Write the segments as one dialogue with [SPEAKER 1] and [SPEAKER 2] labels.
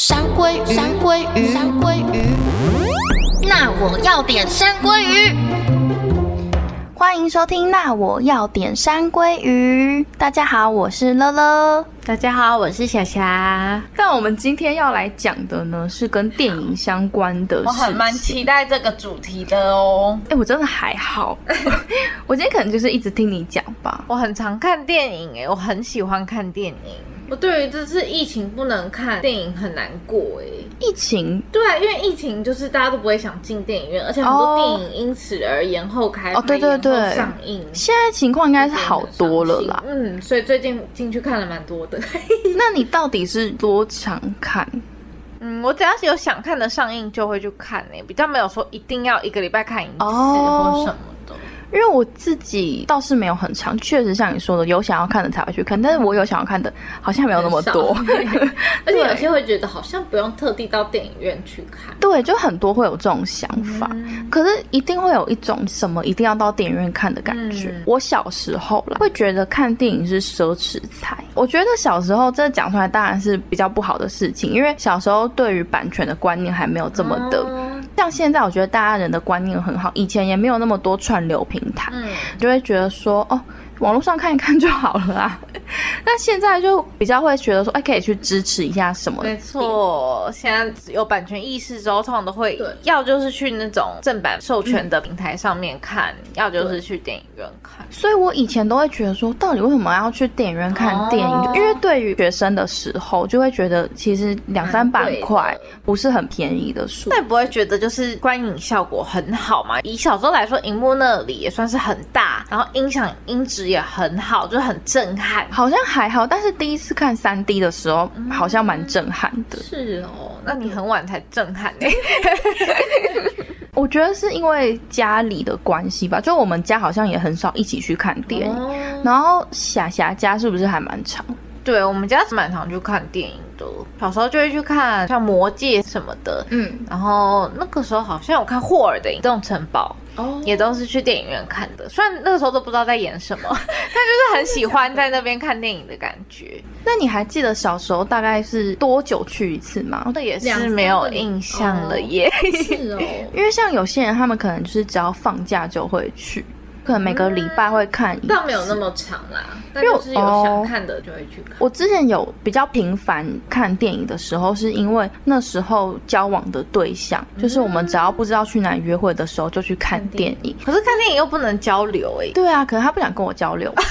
[SPEAKER 1] 山鲑
[SPEAKER 2] 嗯
[SPEAKER 1] 鱼，山鲑鱼，山鲑鱼。那我要点山鲑鱼。
[SPEAKER 2] 欢迎收听《那我要点山鲑鱼》。大家好，我是乐乐。
[SPEAKER 3] 大家好，我是小霞。
[SPEAKER 2] 但我们今天要来讲的呢，是跟电影相关的事
[SPEAKER 4] 我很蛮
[SPEAKER 2] 情。
[SPEAKER 4] 期待这个主题的哦。
[SPEAKER 2] 哎、我真的还 好，我今天可能就是一直听你讲吧。
[SPEAKER 3] 我很常看电影欸诶，我很喜欢看电影。
[SPEAKER 4] 我哦对于这次疫情不能看电影很难过哎。
[SPEAKER 2] 疫情
[SPEAKER 4] 对啊，因为疫情就是大家都不会想进电影院，而且很
[SPEAKER 2] 哦
[SPEAKER 4] 多电影因此而延后开拍、
[SPEAKER 2] 哦对对对
[SPEAKER 4] 延后上映。
[SPEAKER 2] 现在情况应该是好多了啦。
[SPEAKER 4] 嗯，所以最近进去看了蛮多的。
[SPEAKER 2] 那你到底是多常看？
[SPEAKER 3] 嗯，我只要是有想看的上映就会去看诶，比较没有说一定要一个礼拜看一次
[SPEAKER 2] 哦
[SPEAKER 3] 或什么的。
[SPEAKER 2] 因为我自己倒是没有很长，确实像你说的，有想要看的才会去看，但是我有想要看的，好像没有那么多。
[SPEAKER 4] 而且有些会觉得好像不用特地到电影院去看。
[SPEAKER 2] 对，就很多会有这种想法，
[SPEAKER 3] 嗯
[SPEAKER 2] 可是一定会有一种什么一定要到电影院看的感觉。
[SPEAKER 4] 嗯
[SPEAKER 2] 我小时候啦，会觉得看电影是奢侈财。我觉得小时候这讲出来当然是比较不好的事情，因为小时候对于版权的观念还没有这么的。
[SPEAKER 4] 嗯
[SPEAKER 2] 像现在，我觉得大家人的观念很好，以前也没有那么多串流平台，
[SPEAKER 4] 嗯，
[SPEAKER 2] 就会觉得说哦，网络上看一看就好了啊。 那现在就比较会觉得说，哎，可以去支持一下什么
[SPEAKER 3] 没错，现在有版权意识之后，通常都会
[SPEAKER 4] 对
[SPEAKER 3] 要就是去那种正版授权的平台上面看，
[SPEAKER 4] 嗯
[SPEAKER 3] 要就是
[SPEAKER 4] 对
[SPEAKER 3] 去电影院看。
[SPEAKER 2] 所以我以前都会觉得说，到底为什么要去电影院看电影？
[SPEAKER 4] 哦
[SPEAKER 2] 因为对于学生的时候，就会觉得其实两三百块
[SPEAKER 4] 蛮贵的
[SPEAKER 2] 不是很便宜的数。
[SPEAKER 3] 但不会觉得就是观影效果很好嘛？以小时候来说，荧幕那里也算是很大，然后音响音质也很好，就是很震撼。
[SPEAKER 2] 好像还好，但是第一次看三 D 的时候，好像蛮震撼的。
[SPEAKER 4] 是哦，
[SPEAKER 3] 那你很晚才震撼欸呢、
[SPEAKER 2] 我觉得是因为家里的关系吧，就我们家好像也很少一起去看电影。
[SPEAKER 4] 哦
[SPEAKER 2] 然后霞霞家是不是还蛮长？
[SPEAKER 3] 对我们家蛮常去看电影的，小时候就会去看像《魔戒》什么的。
[SPEAKER 2] 嗯，
[SPEAKER 3] 然后那个时候好像有看霍尔的《移动城堡》，
[SPEAKER 4] 哦
[SPEAKER 3] 也都是去电影院看的。虽然那个时候都不知道在演什么， 但就是很喜欢在那边看电影的感觉。
[SPEAKER 2] 那你还记得小时候大概是多久去一次吗？
[SPEAKER 3] 那也
[SPEAKER 4] 两
[SPEAKER 3] 是
[SPEAKER 4] 三个
[SPEAKER 3] 没有
[SPEAKER 4] 礼
[SPEAKER 3] 印象
[SPEAKER 4] 哦
[SPEAKER 3] 了耶。
[SPEAKER 4] 是哦，
[SPEAKER 2] 因为像有些人，他们可能就是只要放假就会去，可能每个礼拜会看一次。
[SPEAKER 4] 倒没有那么长 啦，但
[SPEAKER 2] 因为
[SPEAKER 4] 就是有
[SPEAKER 2] 哦
[SPEAKER 4] 想看的就会去看。
[SPEAKER 3] 哦
[SPEAKER 2] 我之前有比较频繁看电影的时候，是因为那时候交往的对象，就是我们只要不知道去哪里约会的时候，就去看电影。
[SPEAKER 4] 嗯
[SPEAKER 3] 可是看电影又不能交流 哎、
[SPEAKER 2] 对啊，可能他不想跟我交流 吧。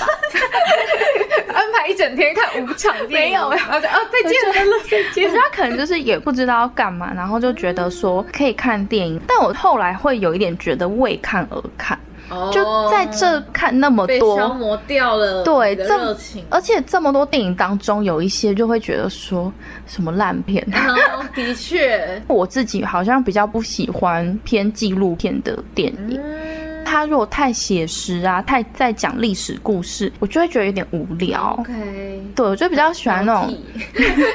[SPEAKER 3] 安排一整天看五场电 影，没有哎、然后就哦再见了，再
[SPEAKER 2] 我
[SPEAKER 3] 见
[SPEAKER 2] 觉得他可能就是也不知道要干嘛，然后就觉得说可以看电影，但我后来会有一点觉得为看而看，
[SPEAKER 4] 哦
[SPEAKER 2] 就在这看那么
[SPEAKER 4] 被
[SPEAKER 2] 多，
[SPEAKER 4] 消磨掉了
[SPEAKER 2] 对
[SPEAKER 4] 你的
[SPEAKER 2] 这
[SPEAKER 4] 热情，
[SPEAKER 2] 而且这么多电影当中，有一些就会觉得说什么烂片。
[SPEAKER 4] 哦的确，
[SPEAKER 2] 我自己好像比较不喜欢偏纪录片的电影，
[SPEAKER 4] 嗯
[SPEAKER 2] 它如果太写实啊，太在讲历史故事，我就会觉得有点无聊。
[SPEAKER 4] ，OK，
[SPEAKER 2] 对，我就比较喜欢那种，
[SPEAKER 4] 嗯挑剔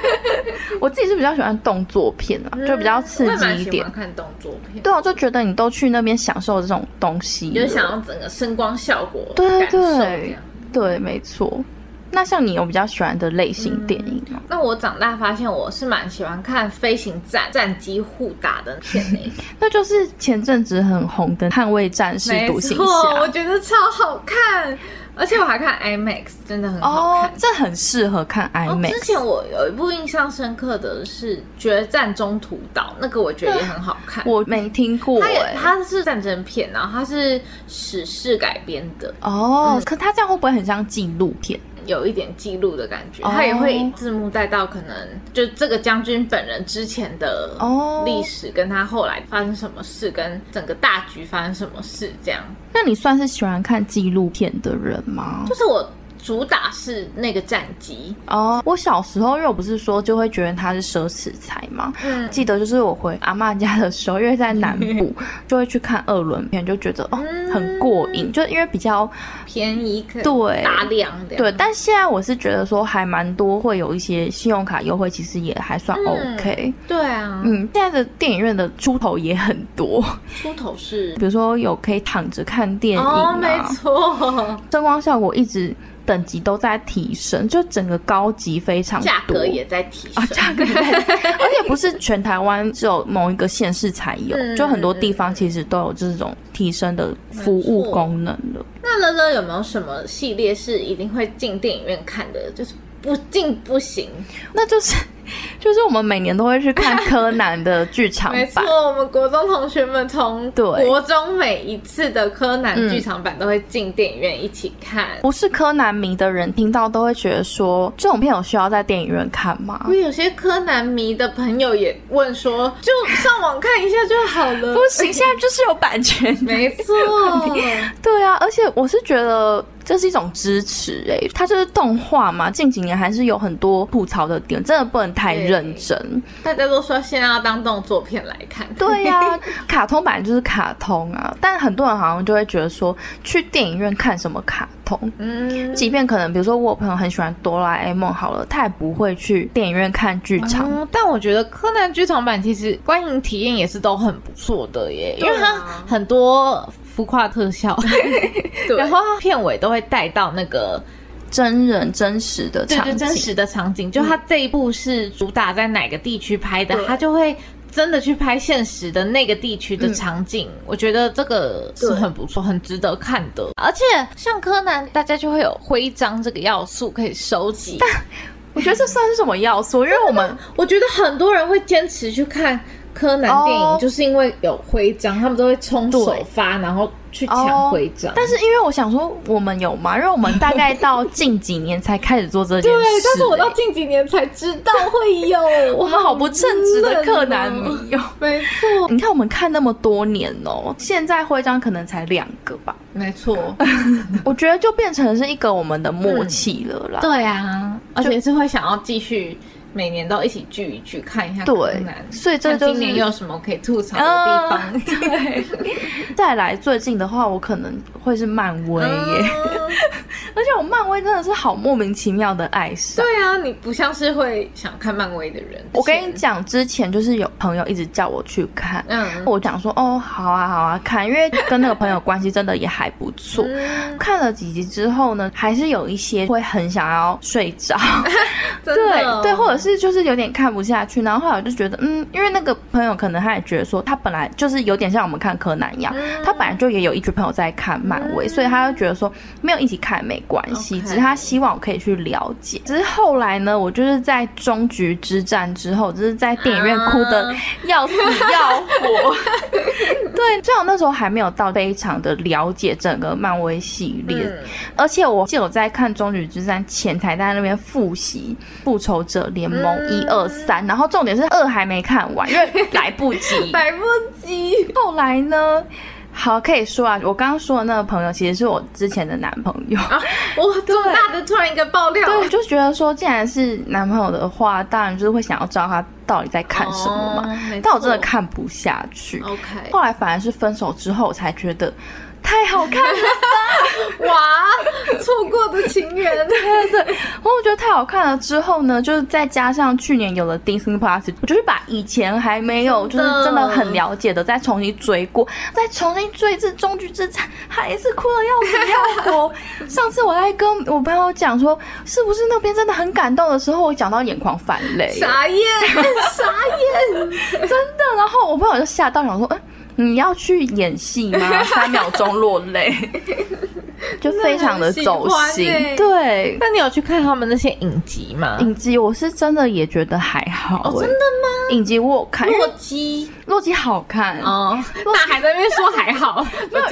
[SPEAKER 2] 我自己是比较喜欢动作片啊， 就比较刺
[SPEAKER 4] 嗯我也
[SPEAKER 2] 激
[SPEAKER 4] 蛮
[SPEAKER 2] 一
[SPEAKER 4] 喜
[SPEAKER 2] 点
[SPEAKER 4] 欢。看动作片，
[SPEAKER 2] 对啊，我就觉得你都去那边享受这种东西了，
[SPEAKER 4] 就是想要整个声光效果
[SPEAKER 2] 对
[SPEAKER 4] 感受这
[SPEAKER 2] 对
[SPEAKER 4] 样。
[SPEAKER 2] 对，没错。那像你有比较喜欢的类型电影吗？
[SPEAKER 4] 那我长大发现我是蛮喜欢看飞行战战机互打的 片诶、
[SPEAKER 2] 那就是前阵子很红的《捍卫战士》
[SPEAKER 4] 没
[SPEAKER 2] 独行
[SPEAKER 4] 错，我
[SPEAKER 2] 侠。
[SPEAKER 4] 觉得超好看，而且我还看 IMAX，真的很好
[SPEAKER 2] 哦
[SPEAKER 4] 看，。
[SPEAKER 2] 这很适合看
[SPEAKER 4] 哦，
[SPEAKER 2] IMAX。
[SPEAKER 4] 之前我有一部印象深刻的是《决战中途岛》，那个我觉得也很好看。
[SPEAKER 2] 我没听过
[SPEAKER 4] 它也
[SPEAKER 2] 哎、
[SPEAKER 4] 它是战争片，然后它是史事改编的，嗯
[SPEAKER 2] 哦，可它这样会不会很像纪录片？
[SPEAKER 4] 有一点记录的感觉。
[SPEAKER 2] 哦
[SPEAKER 4] 它也会字幕带到可能就这个将军本人之前的
[SPEAKER 2] 哦
[SPEAKER 4] 历史，跟他后来发生什么事，跟整个大局发生什么事这样。
[SPEAKER 2] 那你算是喜欢看纪录片的人吗
[SPEAKER 4] 就？是我主打是那个战机，
[SPEAKER 2] 哦，我小时候因为我不是说就会觉得它是奢侈财嘛。
[SPEAKER 4] 嗯，
[SPEAKER 2] 记得就是我回阿嬷家的时候，因为在南 部就会去看二轮片，就觉得哦
[SPEAKER 4] 嗯
[SPEAKER 2] 很过瘾，就因为比较
[SPEAKER 4] 便宜可
[SPEAKER 2] 对
[SPEAKER 4] 大量的
[SPEAKER 2] 对，但现在我是觉得说还蛮多会有一些信用卡优惠，其实也还算
[SPEAKER 4] 嗯
[SPEAKER 2] OK。
[SPEAKER 4] 对啊，
[SPEAKER 2] 嗯现在的电影院的出头也很多，
[SPEAKER 4] 出头是
[SPEAKER 2] 比如说有可以躺着看电影
[SPEAKER 4] 哦，没
[SPEAKER 2] 啊，
[SPEAKER 4] 错，
[SPEAKER 2] 声光效果一直等级都在提升，就整个高级非常多，
[SPEAKER 4] 价格也在提升，
[SPEAKER 2] 哦啊价格也在，而且不是全台湾只有某一个县市才有，
[SPEAKER 4] 嗯
[SPEAKER 2] 就很多地方其实都有这种提升的服务功能的。
[SPEAKER 4] 那乐乐有没有什么系列是一定会进电影院看的？就是不进不行。
[SPEAKER 2] 那就是 就是我们每年都会去看柯南的剧场
[SPEAKER 4] 没错
[SPEAKER 2] 版。，
[SPEAKER 4] 我们国中同学们从
[SPEAKER 2] 对
[SPEAKER 4] 国中每一次的柯南
[SPEAKER 2] 嗯
[SPEAKER 4] 剧场版都会进电影院一起看。
[SPEAKER 2] 不是柯南迷的人听到都会觉得说，这种片有需要在电影院看吗？
[SPEAKER 4] 我有些柯南迷的朋友也问说，就上网看一下就好了。
[SPEAKER 2] 不行，现在就是有版权的。
[SPEAKER 4] 没错，
[SPEAKER 2] 对啊，而且我是觉得这是一种支持诶、它就是动画嘛，近几年还是有很多吐槽的点，真的不能太认真。
[SPEAKER 4] 大家都说现在要当动作片来看。
[SPEAKER 2] 对呀、 卡通版就是卡通啊，但很多人好像就会觉得说，去电影院看什么卡通。
[SPEAKER 4] 嗯，
[SPEAKER 2] 即便可能，比如说我朋友很喜欢哆啦 A 梦，好了，他也不会去电影院看剧场。
[SPEAKER 3] 嗯，但我觉得柯南剧场版其实观影体验也是都很不错的耶，因为它很多浮夸特效，
[SPEAKER 4] 对
[SPEAKER 3] 然后它片尾都会带到那个
[SPEAKER 2] 真人真实的
[SPEAKER 3] 对
[SPEAKER 2] 场
[SPEAKER 3] 对
[SPEAKER 2] 景，
[SPEAKER 3] 真实的场景，嗯就它这一部是主打在哪个地区拍的，
[SPEAKER 4] 对
[SPEAKER 3] 它就会。真的去拍现实的那个地区的场景，我觉得这个是
[SPEAKER 4] 对
[SPEAKER 3] 很不错、很值得看的。而且像柯南，大家就会有徽章这个要素可以收集。
[SPEAKER 2] 我觉得这算是什么要素？因为我们
[SPEAKER 4] 我觉得很多人会坚持去看柯南电影，
[SPEAKER 2] 哦
[SPEAKER 4] 就是因为有徽章，他们都会冲首发，然后去抢徽章。
[SPEAKER 2] 但是因为我想说，我们有吗？因为我们大概到近几年才开始做这件
[SPEAKER 4] 对
[SPEAKER 2] 事、，
[SPEAKER 4] 但是我到
[SPEAKER 2] 欸
[SPEAKER 4] 近几年才知道会 有，
[SPEAKER 2] 我们好不称职的柯南迷哦。
[SPEAKER 4] 没错，
[SPEAKER 2] 你看，我们看那么多年哦，现在徽章可能才两个吧，
[SPEAKER 4] 没错，
[SPEAKER 2] 我觉得就变成是一个我们的默契了啦。
[SPEAKER 4] 对啊，而且是会想要继续每年都一起聚一聚，看一下柯
[SPEAKER 2] 对
[SPEAKER 4] 南，。
[SPEAKER 2] 所以这
[SPEAKER 4] 看
[SPEAKER 2] 就是
[SPEAKER 4] 今年又有什么可以吐槽的地 方？
[SPEAKER 2] 再来最近的话，我可能会是漫威耶，
[SPEAKER 4] 啊嗯
[SPEAKER 2] 而且我漫威真的是好莫名其妙的爱上。
[SPEAKER 4] 对啊，你不像是会想看漫威的人。
[SPEAKER 2] 我跟你讲，之前就是有朋友一直叫我去看，
[SPEAKER 4] 嗯
[SPEAKER 2] 我讲说哦，好啊，好啊，看，因为跟那个朋友关系真的也还不错。
[SPEAKER 4] 嗯，
[SPEAKER 2] 看了几集之后呢，还是有一些会很想要睡着，
[SPEAKER 4] 真
[SPEAKER 2] 对
[SPEAKER 4] 的
[SPEAKER 2] 对，或者是就是有点看不下去，然后后来我就觉得，嗯，因为那个朋友可能他也觉得说，他本来就是有点像我们看柯南一
[SPEAKER 4] 嗯
[SPEAKER 2] 样，他本来就也有一群朋友在看漫威，所以他就觉得说没有一起看没关系，
[SPEAKER 4] OK
[SPEAKER 2] 只是他希望我可以去了解。只是后来呢，我就是在终局之战之后，就是在电影院哭的
[SPEAKER 4] 啊
[SPEAKER 2] 要死要活。 对，虽然我那时候还没有到非常的了解整个漫威系列，
[SPEAKER 4] 嗯。
[SPEAKER 2] 而且我记得我在看《终局之战》前才在那边复习《复仇者联盟》一二三，然后重点是二还没看完，因为来不及
[SPEAKER 4] 来不及。
[SPEAKER 2] 后来呢？好，可以说啊，我刚刚说的那个朋友其实是我之前的男朋友。
[SPEAKER 4] 哇，这么大的突然一个爆料，
[SPEAKER 2] 对，我就觉得说，既然是男朋友的话，当然就是会想要知道他到底在看什么嘛。
[SPEAKER 4] 哦没错哦
[SPEAKER 2] 但我真的看不下去，
[SPEAKER 4] OK，
[SPEAKER 2] 后来反而是分手之后我才觉得太好看了。
[SPEAKER 4] 哇，错过的情 缘，
[SPEAKER 2] 然后我觉得太好看了，之后呢，就是再加上去年有了 Disney Plus，我就是把以前还没有，就
[SPEAKER 4] 真
[SPEAKER 2] 是
[SPEAKER 4] 的
[SPEAKER 2] 真的很了解的，再重新追过，再重新追一次《终局之战》，还是哭的要死要活。上次我在跟我朋友讲说，是不是那边真的很感动的时候，我讲到眼眶泛泪，真
[SPEAKER 4] 傻眼，傻眼，
[SPEAKER 2] 的。然后我朋友就吓到，想说，嗯。你要去演戏吗？三秒钟落 泪，就非常的走心
[SPEAKER 4] 真的很喜欢。欸
[SPEAKER 2] 对，
[SPEAKER 3] 那你有去看他们那些影集吗？
[SPEAKER 2] 影集我是真的也觉得还好、
[SPEAKER 4] 哦
[SPEAKER 2] 欸真的吗？影集我有看，因为
[SPEAKER 4] 姬
[SPEAKER 2] 洛基好看。
[SPEAKER 4] 哦，那还在那边说还 好，没有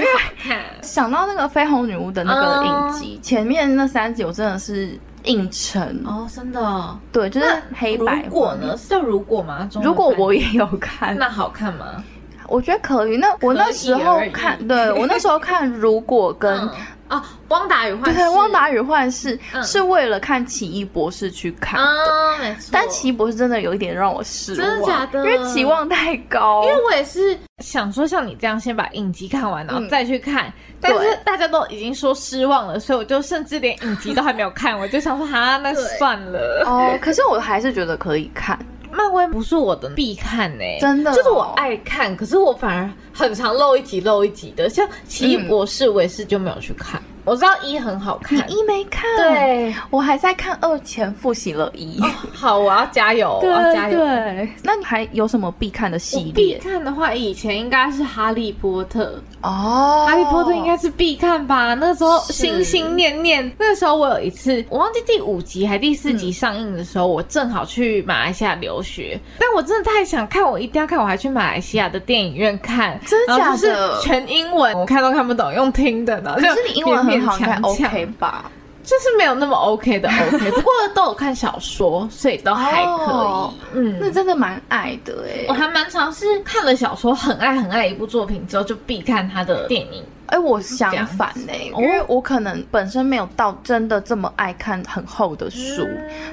[SPEAKER 4] 看，
[SPEAKER 2] 想到那个绯红女巫的那个
[SPEAKER 4] 嗯
[SPEAKER 2] 影集，前面那三集我真的是硬撑，
[SPEAKER 4] 哦，真的哦。
[SPEAKER 2] 对，就是黑
[SPEAKER 4] 如
[SPEAKER 2] 白。
[SPEAKER 4] 果呢？？是叫如果吗？中文
[SPEAKER 2] 如果
[SPEAKER 4] 翻译
[SPEAKER 2] 我也有看，
[SPEAKER 4] 那好看吗？
[SPEAKER 2] 我觉得可以。那我那时候
[SPEAKER 4] 可以而已
[SPEAKER 2] 看，对我那时候看，如果跟
[SPEAKER 4] 嗯啊，汪达与幻视
[SPEAKER 2] 对汪达与幻视
[SPEAKER 4] 嗯
[SPEAKER 2] 是为了看奇异博士去看的，
[SPEAKER 4] 啊，没错，
[SPEAKER 2] 但奇异博士真的有一点让我失望，
[SPEAKER 4] 真的假的
[SPEAKER 2] 因为期望太高，
[SPEAKER 4] 因为我也是
[SPEAKER 3] 想说像你这样先把影集看完，然后
[SPEAKER 2] 嗯
[SPEAKER 3] 再去看，但
[SPEAKER 2] 对
[SPEAKER 3] 是大家都已经说失望了，所以我就甚至连影集都还没有看，我就想说哈，那
[SPEAKER 4] 对
[SPEAKER 3] 算了。
[SPEAKER 2] 哦，可是我还是觉得可以看，
[SPEAKER 3] 漫威不是我的必看呢、
[SPEAKER 2] 真的哦
[SPEAKER 3] 就是我爱看，可是我反而很常漏一集漏一集的，像《奇异
[SPEAKER 2] 嗯
[SPEAKER 3] 博士》，我也是就没有去看。
[SPEAKER 4] 我知道一很好看
[SPEAKER 2] 你，一没看，，
[SPEAKER 4] 对，
[SPEAKER 2] 我还在看二前复习了一。
[SPEAKER 4] 好，我要加油，我要加
[SPEAKER 2] 对
[SPEAKER 4] 油。
[SPEAKER 2] 对，那你还有什么必看的系
[SPEAKER 4] 我必
[SPEAKER 2] 列？
[SPEAKER 4] 看的话，以前应该是《哈利波特》
[SPEAKER 2] 哦，
[SPEAKER 4] 哈利波特》应该是必看吧？那时候心心念念，那时候我有一次，我忘记第五集还第四集上映的时候，我正好去马来西亚留学，但我真的太想看，我一定要看，我还去马来西亚的电影院看，
[SPEAKER 2] 真的
[SPEAKER 4] 然后就
[SPEAKER 2] 假的
[SPEAKER 4] 是全英文，我看都看不懂，用听的呢。可
[SPEAKER 2] 可是你英文很好，应该
[SPEAKER 4] 看
[SPEAKER 2] OK 吧？
[SPEAKER 4] 就是没有那么 OK 的 OK，不过都有看小说，所以都还可以。
[SPEAKER 2] 哦
[SPEAKER 4] 嗯，
[SPEAKER 2] 那真的蛮矮的哎、
[SPEAKER 4] 我还蛮尝试看了小说，很爱很爱一部作品之后，就必看他的电影。
[SPEAKER 2] 哎、我相反呢、
[SPEAKER 4] 哦
[SPEAKER 2] 因为我可能本身没有到真的这么爱看很厚的书，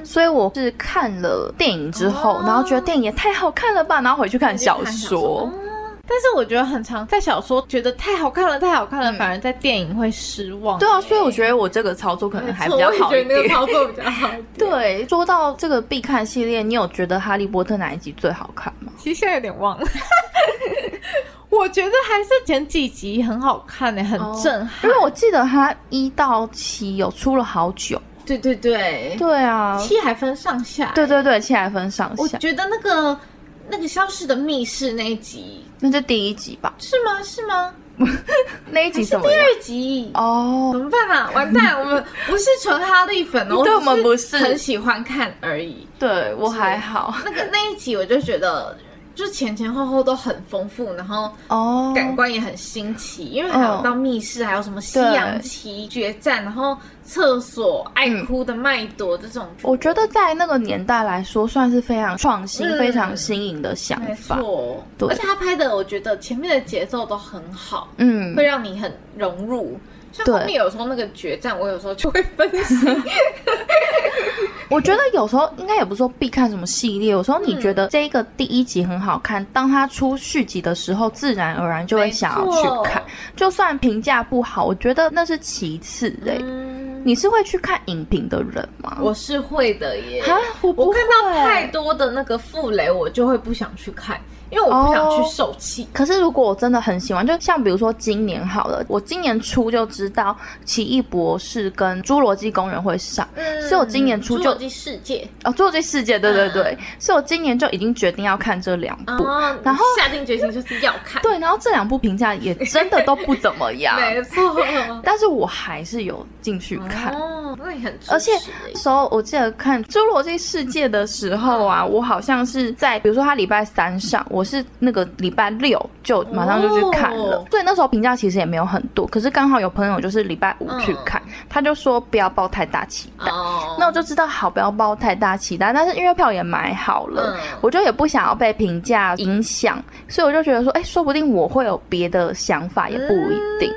[SPEAKER 2] 所以我是看了电影之后，然后觉得电影也太好看了吧，然后哦回去看小说。哦
[SPEAKER 4] 但是我觉得很常在小说觉得太好看了，太好看了，反而在电影会失望。
[SPEAKER 2] 嗯对啊，所以我觉得我这个操作可能还比较好一点。
[SPEAKER 4] 操作比较好。
[SPEAKER 2] 对，说到这个必看系列，你有觉得《哈利波特》哪一集最好看吗？
[SPEAKER 4] 其实现在有点忘了。 我觉得还是前几集很好看呢、很震撼。
[SPEAKER 2] 哦因为我记得它一到七有出了好久。
[SPEAKER 4] 对对对，
[SPEAKER 2] 对啊，
[SPEAKER 4] 七还分上下。
[SPEAKER 2] 对对对，七还分上
[SPEAKER 4] 我
[SPEAKER 2] 下，
[SPEAKER 4] 觉得那个那个消失的密室那一集
[SPEAKER 2] 那就第一集吧。
[SPEAKER 4] 是吗？是吗？
[SPEAKER 2] 那一集怎么
[SPEAKER 4] 第
[SPEAKER 2] 样？
[SPEAKER 4] 二集
[SPEAKER 2] 哦
[SPEAKER 4] 怎，么办啊？完蛋，我们不是纯哈利粉哦，
[SPEAKER 2] 对
[SPEAKER 4] 只
[SPEAKER 2] 我们不是
[SPEAKER 4] 很喜欢看而已。
[SPEAKER 2] 对我还好。
[SPEAKER 4] 那个那一集我就觉得，就前前后后都很丰富，然后
[SPEAKER 2] 哦，嗯
[SPEAKER 4] 感官也很新奇，因为还有到密室，还有什么西洋棋决战，然后厕所爱哭的麦朵这种，
[SPEAKER 2] 我觉得在那个年代来说，算是非常创新、
[SPEAKER 4] 嗯
[SPEAKER 2] 非常新颖的想
[SPEAKER 4] 没
[SPEAKER 2] 法。
[SPEAKER 4] 错。
[SPEAKER 2] 对
[SPEAKER 4] 而且他拍的，我觉得前面的节奏都很好，
[SPEAKER 2] 嗯
[SPEAKER 4] 会，让你很融入。像后面
[SPEAKER 2] 对
[SPEAKER 4] 有时候那个决战，我有时候就会分心。
[SPEAKER 2] 我觉得有时候应该也不是说必看什么系列，有时候你觉得这一个第一集很好看，当它出续集的时候，自然而然就会想要去看
[SPEAKER 4] 没。
[SPEAKER 2] 就算评价不好，我觉得那是其次的、
[SPEAKER 4] 嗯，
[SPEAKER 2] 你是会去看影评的人吗？
[SPEAKER 4] 我是会的耶。
[SPEAKER 2] 啊，我不
[SPEAKER 4] 我看到
[SPEAKER 2] 会
[SPEAKER 4] 太多的那个傅雷，我就会不想去看，因为我不想
[SPEAKER 2] 哦
[SPEAKER 4] 去受气。
[SPEAKER 2] 可是如果我真的很喜欢，就像比如说今年好了，我今年初就知道《奇异博士》跟《侏罗纪公园》会上，
[SPEAKER 4] 嗯
[SPEAKER 2] 所以我今年初就
[SPEAKER 4] 侏罗纪世界，
[SPEAKER 2] 哦，《侏罗纪世界》对对
[SPEAKER 4] 嗯
[SPEAKER 2] 对，所以我今年就已经决定要看这两部。然
[SPEAKER 4] 然
[SPEAKER 2] 后
[SPEAKER 4] 哦下定决心就是要 看，
[SPEAKER 2] 对，然后这两部评价也真的都不怎么 样，
[SPEAKER 4] 没错。
[SPEAKER 2] 但是我还是有进去看。
[SPEAKER 4] 哦，那你很支持耶，
[SPEAKER 2] 而且那时候我记得看《侏罗纪世界》的时候 啊，我好像是在比如说他礼拜三上，我是那个礼拜六就马上就去看了，
[SPEAKER 4] 哦
[SPEAKER 2] 所以那时候评价其实也没有很多。可是刚好有朋友就是礼拜五去
[SPEAKER 4] 嗯
[SPEAKER 2] 看，他就说不要抱太大期待。
[SPEAKER 4] 哦，
[SPEAKER 2] 那我就知道好，不要抱太大期待，但是因为票也买好了，
[SPEAKER 4] 嗯
[SPEAKER 2] 我就也不想要被评价影响，所以我就觉得说，哎、说不定我会有别的想法，也不一定。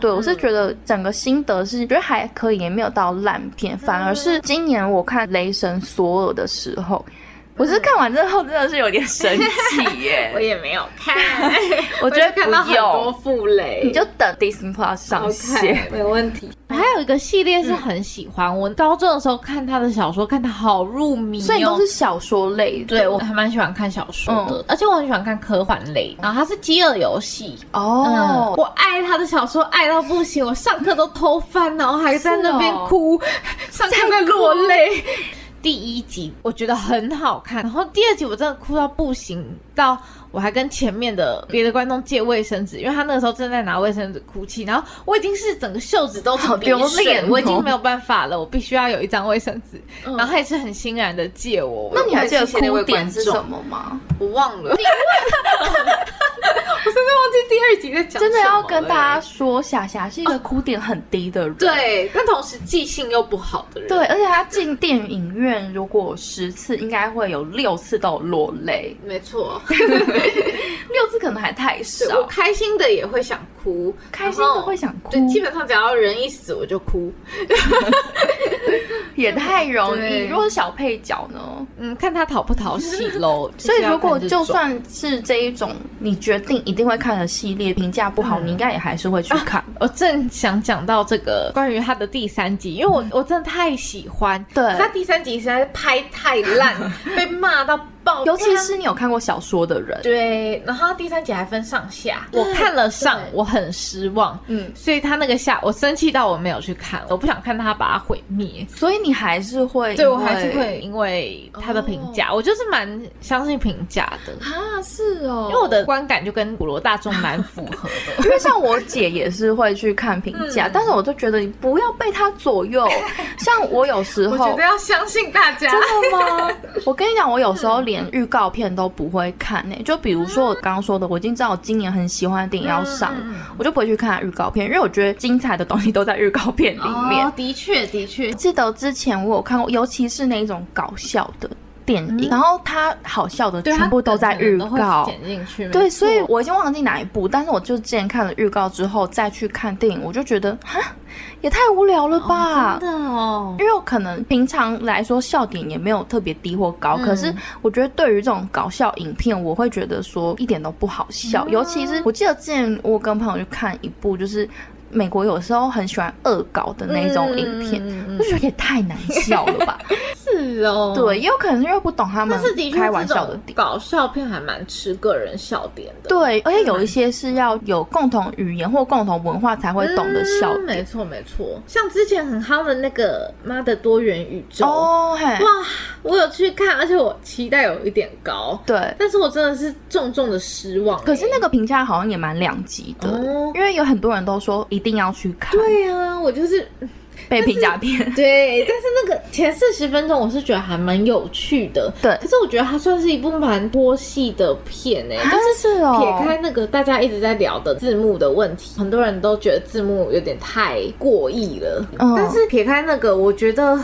[SPEAKER 2] 对，我是觉得整个心得是觉得还可以，也没有到烂片，反而是今年我看《雷神索尔》的时候。我是看完之后真的是有点生气 耶，
[SPEAKER 4] 我也没有 看，
[SPEAKER 2] 我觉得
[SPEAKER 4] 就看到
[SPEAKER 2] 不
[SPEAKER 4] 很多
[SPEAKER 2] 用，
[SPEAKER 4] 傅雷，
[SPEAKER 2] 你就等 Disney Plus 上
[SPEAKER 4] OK，
[SPEAKER 2] 线。
[SPEAKER 4] 没问题。
[SPEAKER 3] 还有一个系列是很喜欢，我高中的时候看他的小说，看他好入迷、哦。
[SPEAKER 2] 所以你都是小说类的，
[SPEAKER 3] 对我还蛮喜欢看小说的，
[SPEAKER 2] 嗯
[SPEAKER 3] 而且我很喜欢看科幻类。然后它是《饥饿游戏》，
[SPEAKER 2] 哦，
[SPEAKER 4] 我爱他的小说，爱到不行，我上课都偷翻，然后还在那边哭，上
[SPEAKER 2] 哦
[SPEAKER 4] 课在落泪。
[SPEAKER 3] 第一集我觉得很好看，然后第二集我真的哭到不行，到我还跟前面的别的观众借卫生纸，因为他那个时候正在拿卫生纸哭泣，然后我已经是整个袖子都是
[SPEAKER 2] 好
[SPEAKER 3] 鼻
[SPEAKER 2] 丢
[SPEAKER 3] 水
[SPEAKER 2] 脸哦，
[SPEAKER 3] 我已经没有办法了，我必须要有一张卫生纸，然后他也是很欣然的借我。
[SPEAKER 2] 嗯那你还记得
[SPEAKER 3] 我也谢谢那
[SPEAKER 2] 哭
[SPEAKER 3] 位
[SPEAKER 2] 点
[SPEAKER 3] 观
[SPEAKER 2] 是
[SPEAKER 3] 众
[SPEAKER 2] 什么吗？
[SPEAKER 4] 我忘了，我 甚至忘记第二集在 讲
[SPEAKER 2] 真的要
[SPEAKER 4] 什么
[SPEAKER 2] 跟
[SPEAKER 4] 了
[SPEAKER 2] 大家说，霞霞是一个哭点很低的人。
[SPEAKER 4] 对，但同时记性又不好的人，
[SPEAKER 2] 对，而且她进电影院如果十次，应该会有六次都有落泪，
[SPEAKER 4] 没错。
[SPEAKER 2] 六次可能还太
[SPEAKER 4] 对我
[SPEAKER 2] 少。
[SPEAKER 4] 开心的也会想哭，
[SPEAKER 2] 开心的会
[SPEAKER 4] 想
[SPEAKER 2] 想哭
[SPEAKER 4] 对，，基本上只要人一死我就哭。
[SPEAKER 2] 也太容易。
[SPEAKER 4] 对
[SPEAKER 2] 如果是小配角呢？
[SPEAKER 3] 嗯，看他讨不讨喜 喽。
[SPEAKER 2] 所以
[SPEAKER 3] 是要
[SPEAKER 2] 如果
[SPEAKER 3] 看这种
[SPEAKER 2] 就算是这一种你决定一定会看的系列，评价不好，
[SPEAKER 4] 嗯
[SPEAKER 2] 你应该也还是会去看。
[SPEAKER 4] 啊
[SPEAKER 3] 我正想讲到这个关于他的第三集，因为
[SPEAKER 4] 嗯
[SPEAKER 3] 我我真的太喜欢，
[SPEAKER 2] 对
[SPEAKER 4] 他第三集实在是拍太烂，被骂到爆，
[SPEAKER 2] 尤其是你有看过小说的人，
[SPEAKER 4] 对，然后它第三集还分上下，我看了上，我很失望，
[SPEAKER 2] 嗯，
[SPEAKER 4] 所以他那个下，我生气到我没有去看，我不想看他把它毁灭。
[SPEAKER 2] 所以你还是会，
[SPEAKER 4] 对我还是会因为他的评价，我就是蛮相信评价的，
[SPEAKER 2] 啊，是哦，
[SPEAKER 4] 因为我的观感就跟普罗大众蛮符合的。
[SPEAKER 2] 因为像我姐也是会去看评价，但是我就觉得你不要被她左右。像 我有时
[SPEAKER 5] 我
[SPEAKER 2] 候
[SPEAKER 5] 觉得，要相信大家。
[SPEAKER 2] 真的吗？我跟你讲，我有时候连预告片都不会看呢、就比如说我刚刚说的，我已经知道我今年很喜欢的电影要上，我就不会去看预告片，因为我觉得精彩的东西都在预告片里面。
[SPEAKER 5] 哦，的确的确，
[SPEAKER 2] 记得之前我有看过，尤其是那种搞笑的电影，然后它好笑的
[SPEAKER 4] 对，
[SPEAKER 2] 全部都在预告。
[SPEAKER 4] 剪进去。
[SPEAKER 2] 对，所以我已经忘记哪一部，但是我就之前看了预告之后再去看电影，我就觉得哈，也太无聊了吧。
[SPEAKER 4] 真的哦，
[SPEAKER 2] 因为我可能平常来说笑点也没有特别低或
[SPEAKER 4] 嗯
[SPEAKER 2] 高，可是我觉得对于这种搞笑影片，我会觉得说一点都不好笑。
[SPEAKER 4] 嗯
[SPEAKER 2] 尤其是我记得之前我跟朋友去看一部，就是美国有时候很喜欢恶搞的那种影片，我就觉得也太难笑了吧？
[SPEAKER 4] 嗯是哦，
[SPEAKER 2] 对，也有可能是因为不懂他们
[SPEAKER 4] 但是的确
[SPEAKER 2] 开玩笑
[SPEAKER 4] 这
[SPEAKER 2] 的
[SPEAKER 4] 种
[SPEAKER 2] 点。
[SPEAKER 4] 搞笑片还蛮吃个人笑点的。
[SPEAKER 2] 对，而且有一些是要有共同语言或共同文化才会懂得笑
[SPEAKER 4] 嗯没错没错，像之前很夯的那个《妈的多元宇宙》
[SPEAKER 2] 哦，嘿，
[SPEAKER 4] 哇，我有去看，而且我期待有一点高，
[SPEAKER 2] 对。
[SPEAKER 4] 但是我真的是重重的失望欸、
[SPEAKER 2] 可是那个评价好像也蛮两极的，
[SPEAKER 4] 哦
[SPEAKER 2] 因为有很多人都说一定要去看，
[SPEAKER 4] 对啊，我就是
[SPEAKER 2] 被评价骗。
[SPEAKER 4] 对，但是那个前四十分钟我是觉得还蛮有趣的，
[SPEAKER 2] 对
[SPEAKER 4] 可是我觉得它算是一部蛮多戏的片诶、 但是。
[SPEAKER 2] 是哦，
[SPEAKER 4] 撇开那个大家一直在聊的字幕的问题，很多人都觉得字幕有点太过意了。
[SPEAKER 2] 嗯
[SPEAKER 4] 但是撇开那个，我觉得，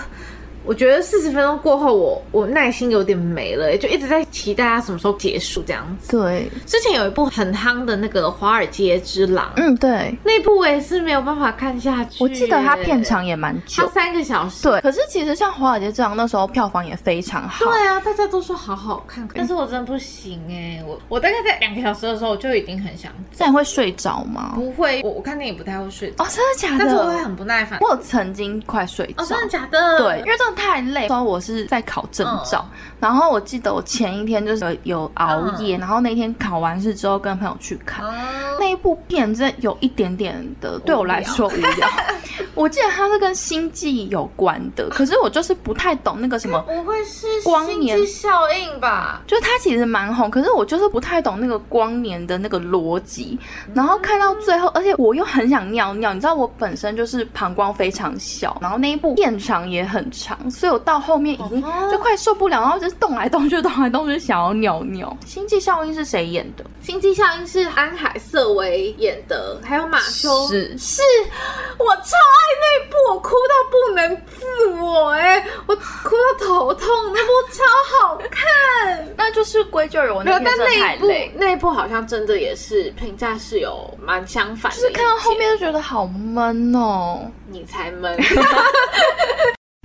[SPEAKER 4] 我觉得四十分钟过后我，我耐心有点没了、就一直在期待它什么时候结束这样子。
[SPEAKER 2] 对，
[SPEAKER 4] 之前有一部很夯的那个《华尔街之狼》，
[SPEAKER 2] 嗯，对，
[SPEAKER 4] 那部我也是没有办法看下去、
[SPEAKER 2] 我记得它片长也蛮
[SPEAKER 4] 它
[SPEAKER 2] 久。
[SPEAKER 4] 三个小时。
[SPEAKER 2] 对，可是其实像《华尔街之狼》那时候票房也非常好，
[SPEAKER 4] 对啊，大家都说好好看，但是我真的不行哎、我我大概在两个小时的时候我就已经很想
[SPEAKER 2] 这样会睡着吗？
[SPEAKER 4] 不会，我我看电影不太会睡着，
[SPEAKER 2] 哦，真的假的？
[SPEAKER 4] 但是我会很不耐烦。
[SPEAKER 2] 我有曾经快睡着
[SPEAKER 4] 哦，，真的假的？
[SPEAKER 2] 嗯对，因为真的太累。嗯那时候我是在考证照，然后我记得我前一天就是有有熬夜，然后那天考完试之后跟朋友去看、
[SPEAKER 4] 哦
[SPEAKER 2] 那一部片，真的有一点点的对我来说无聊。 我记得它是跟星际有关的，可是我就是不太懂那个什么。
[SPEAKER 4] 不会是
[SPEAKER 2] 光
[SPEAKER 4] 心
[SPEAKER 2] 年
[SPEAKER 4] 机效应吧？
[SPEAKER 2] 就是它其实蛮红，可是我就是不太懂那个光年的那个逻辑。然后看到最后，而且我又很想尿尿，你知道我本身就是膀胱非常小，然后那一部片长也很长，所以我到后面已经就快受不了，然后就是动来动去，动来动去，想要尿尿。《星际效应》是谁演的？
[SPEAKER 4] 心机效应是安海瑟薇演的，还有马修。
[SPEAKER 2] 是
[SPEAKER 4] 是我超爱那一部，我哭到不能自我哎、我哭到头痛，那部超好看。
[SPEAKER 2] 那就是归咎于我
[SPEAKER 4] 没
[SPEAKER 2] 那
[SPEAKER 4] 有，
[SPEAKER 2] 天
[SPEAKER 4] 但
[SPEAKER 2] 真的
[SPEAKER 4] 那
[SPEAKER 2] 太
[SPEAKER 4] 一部
[SPEAKER 2] 累，
[SPEAKER 4] 那一部好像真的也是评价是有蛮相反的意
[SPEAKER 2] 就是
[SPEAKER 4] 见，
[SPEAKER 2] 看到后面就觉得好闷哦。
[SPEAKER 4] 你才闷。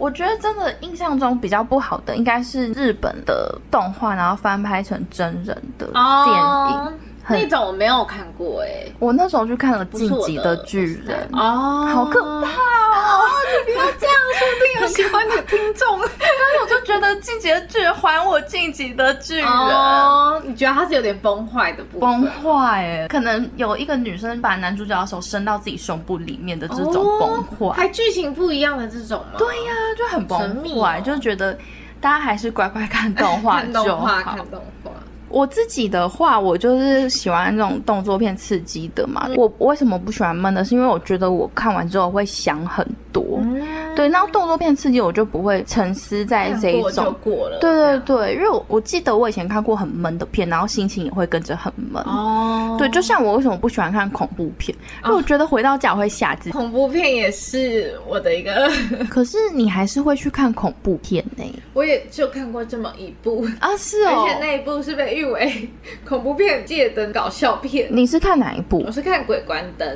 [SPEAKER 2] 我觉得真的印象中比较不好的应该是日本的动画，然后翻拍成真人的电影。
[SPEAKER 4] 哦
[SPEAKER 2] 很
[SPEAKER 4] 那种我没有看过哎、
[SPEAKER 2] 我那时候去看了《
[SPEAKER 4] 是
[SPEAKER 2] 晋
[SPEAKER 4] 我
[SPEAKER 2] 级
[SPEAKER 4] 的
[SPEAKER 2] 的巨 人》，
[SPEAKER 4] 哦，
[SPEAKER 2] 好可怕哦！你不要这样，
[SPEAKER 5] 有喜欢的听众，
[SPEAKER 2] 我就觉得《晋级的巨人》还我《晋级的巨人》
[SPEAKER 4] 哦，你觉得他是有点崩坏的部分？
[SPEAKER 2] 崩坏哎，可能有一个女生把男主角的手伸到自己胸部里面的这种崩
[SPEAKER 4] 哦
[SPEAKER 2] 坏，
[SPEAKER 4] 还剧情不一样的这种吗？
[SPEAKER 2] 对呀、就很
[SPEAKER 4] 神
[SPEAKER 2] 崩
[SPEAKER 4] 秘
[SPEAKER 2] 坏，
[SPEAKER 4] 哦
[SPEAKER 2] 就觉得。大家还是乖乖看动画
[SPEAKER 4] 看
[SPEAKER 2] 就
[SPEAKER 4] 动画，
[SPEAKER 2] 好
[SPEAKER 4] 看。动画。
[SPEAKER 2] 我自己的话，我就是喜欢那种动作片刺激的嘛。我我为什么不喜欢闷的？是因为我觉得我看完之后会想很多。
[SPEAKER 4] 嗯，
[SPEAKER 2] 对，那动作片刺激我就不会沉思在这一
[SPEAKER 4] 过就
[SPEAKER 2] 种。
[SPEAKER 4] 过了。
[SPEAKER 2] 对对对，因为我我记得我以前看过很闷的片，然后心情也会跟着很闷。
[SPEAKER 4] 哦，
[SPEAKER 2] 对，就像我为什么不喜欢看恐怖片，因为我觉得回到家我会吓自己。
[SPEAKER 4] 恐怖片也是我的一个，
[SPEAKER 2] 可是你还是会去看恐怖片呢、
[SPEAKER 4] 我也就看过这么一部。
[SPEAKER 2] 啊，是哦
[SPEAKER 4] 而。且那一部是被誉为恐怖片界的搞笑片。
[SPEAKER 2] 你是看哪一部
[SPEAKER 4] 我？是看《鬼关灯》，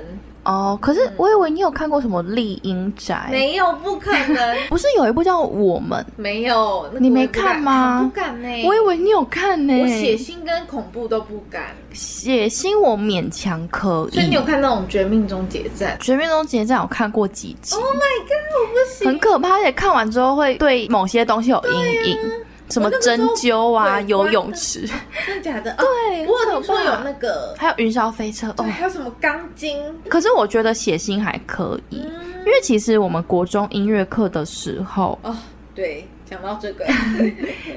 [SPEAKER 2] 哦，可是我以为你有看过什么《丽英宅》，
[SPEAKER 4] 没有不可能，
[SPEAKER 2] 不是有一部叫《我们
[SPEAKER 4] 没有。那个
[SPEAKER 2] 哎你没
[SPEAKER 4] 我也不敢
[SPEAKER 2] 看吗
[SPEAKER 4] 不敢呢、》？
[SPEAKER 2] 我以为你有看呢、
[SPEAKER 4] 哎我血腥跟恐怖都不敢，
[SPEAKER 2] 血腥我勉强可以。
[SPEAKER 4] 所以你有看那种《绝命终结战》
[SPEAKER 2] 《绝命终结战》有看过几集？
[SPEAKER 4] ？Oh my god，我不行，
[SPEAKER 2] 很可怕，而且看完之后会对某些东西有阴影。什么
[SPEAKER 3] 我那个时
[SPEAKER 2] 针
[SPEAKER 3] 候
[SPEAKER 2] 灸啊、
[SPEAKER 3] 对
[SPEAKER 2] 游
[SPEAKER 3] 关
[SPEAKER 2] 泳池，
[SPEAKER 3] 真的假的？
[SPEAKER 2] 对
[SPEAKER 4] 哎
[SPEAKER 3] 哦我有听
[SPEAKER 2] 很可怕
[SPEAKER 3] 说有那个，
[SPEAKER 2] 还有云霄飞车哦
[SPEAKER 3] 对，。还有什么钢筋？嗯
[SPEAKER 2] 可是我觉得写信还可以，因为其实我们国中音乐课的时候，
[SPEAKER 3] 哦，对，讲到这 个，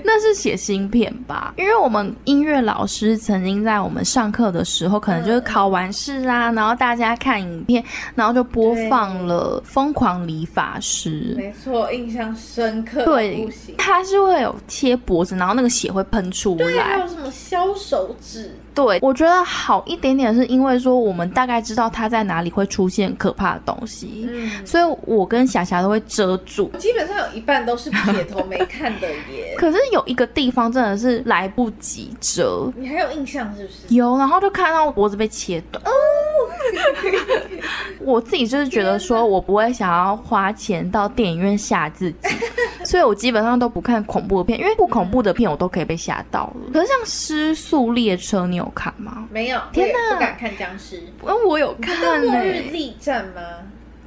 [SPEAKER 2] 那是写芯片吧？因为我们音乐老师曾经在我们上课的时候，可能就是考完试
[SPEAKER 3] 嗯
[SPEAKER 2] 啊，然后大家看影片，然后就播放了《疯狂理发师》。
[SPEAKER 3] 没错，印象深刻，
[SPEAKER 2] 对
[SPEAKER 3] 不行，。
[SPEAKER 2] 它是会有贴脖子，然后那个血会喷出
[SPEAKER 3] 对，啊还
[SPEAKER 2] 来
[SPEAKER 3] 有。什么削手指？
[SPEAKER 2] 对，我觉得好一点点，是因为说我们大概知道它在哪里会出现可怕的东西，
[SPEAKER 3] 嗯，
[SPEAKER 2] 所以我跟霞霞都会遮住。
[SPEAKER 3] 基本上有一半都是撇头没看的耶。
[SPEAKER 2] 可是有一个地方真的是来不及遮，
[SPEAKER 3] 你还有印象是不是？
[SPEAKER 2] 有，然后就看到脖子被切断。哦， 我自己就是觉得说，我不会想要花钱到电影院吓自 己，所以我基本上都不看恐怖的片，因为不恐怖的片我都可以被吓到了。可是像《失速列车》，你有看吗？
[SPEAKER 3] 没有，
[SPEAKER 2] 天
[SPEAKER 3] 哪，
[SPEAKER 2] 哪
[SPEAKER 3] 不敢看僵尸。
[SPEAKER 2] 因为哦我有看、
[SPEAKER 3] 末日
[SPEAKER 2] 欸，
[SPEAKER 3] 力战吗？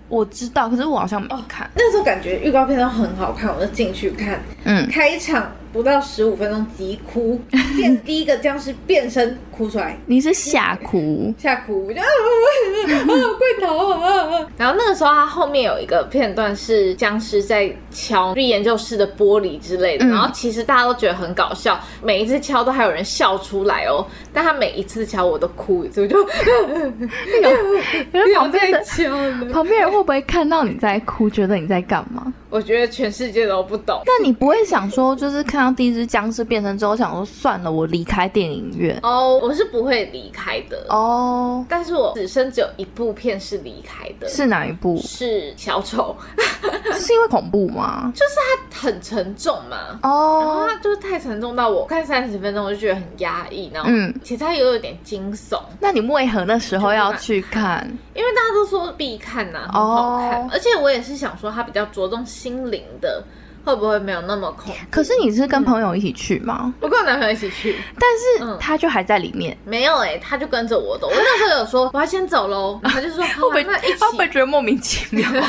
[SPEAKER 2] 我知道，可是我好像没看。
[SPEAKER 3] 那时候感觉预告片都很好看，我就进去看。
[SPEAKER 2] 嗯，
[SPEAKER 3] 开场不到十五分钟，急哭， 变第一个僵尸变身哭出来，
[SPEAKER 2] 你是吓 哭，
[SPEAKER 3] 吓哭， 我就啊，啊快逃啊！
[SPEAKER 4] 然后那个时候，它后面有一个片段是僵尸在敲研究室的玻璃之类的，
[SPEAKER 2] 嗯
[SPEAKER 4] 然后其实大家都觉得很搞笑，每一次敲都还有人笑出来哦。但他每一次敲我都哭一次，我 就
[SPEAKER 2] 因为旁边
[SPEAKER 4] 在
[SPEAKER 2] 的
[SPEAKER 4] 敲了。
[SPEAKER 2] 旁边人会不会看到你在哭，觉得你在干嘛？
[SPEAKER 4] 我觉得全世界都不懂。
[SPEAKER 2] 但你不会想说，就是看到第一只僵尸变身之后，想说算了，我离开电影院。
[SPEAKER 4] 哦我是不会离开的。
[SPEAKER 2] 哦，
[SPEAKER 4] 但是我此生只有一部片是离开的，
[SPEAKER 2] 是哪一部？
[SPEAKER 4] 是小丑，
[SPEAKER 2] 是因为恐怖吗？
[SPEAKER 4] 很沉重嘛。然后
[SPEAKER 2] 哦，
[SPEAKER 4] 它就是太沉重到我看三十分钟我就觉得很压抑，然后
[SPEAKER 2] 嗯
[SPEAKER 4] 其实它也有点惊悚，
[SPEAKER 2] 那你为何那时候要去看？
[SPEAKER 4] 因为大家都说必看呐、啊很好看，
[SPEAKER 2] 哦
[SPEAKER 4] 而且我也是想说它比较着重心灵的，会不会没有那么 恐怖？
[SPEAKER 2] 可是你是跟朋友一起去吗？
[SPEAKER 4] 我跟我男朋友一起去，
[SPEAKER 2] 但是
[SPEAKER 4] 嗯
[SPEAKER 2] 他就还在里面，
[SPEAKER 4] 没有哎、他就跟着我走。我那时候有说我要先走喽，然后他就说好 啊、
[SPEAKER 2] 会不
[SPEAKER 4] 那一
[SPEAKER 2] 会
[SPEAKER 4] 起
[SPEAKER 2] 会不会觉得莫名其 妙？
[SPEAKER 4] 没有，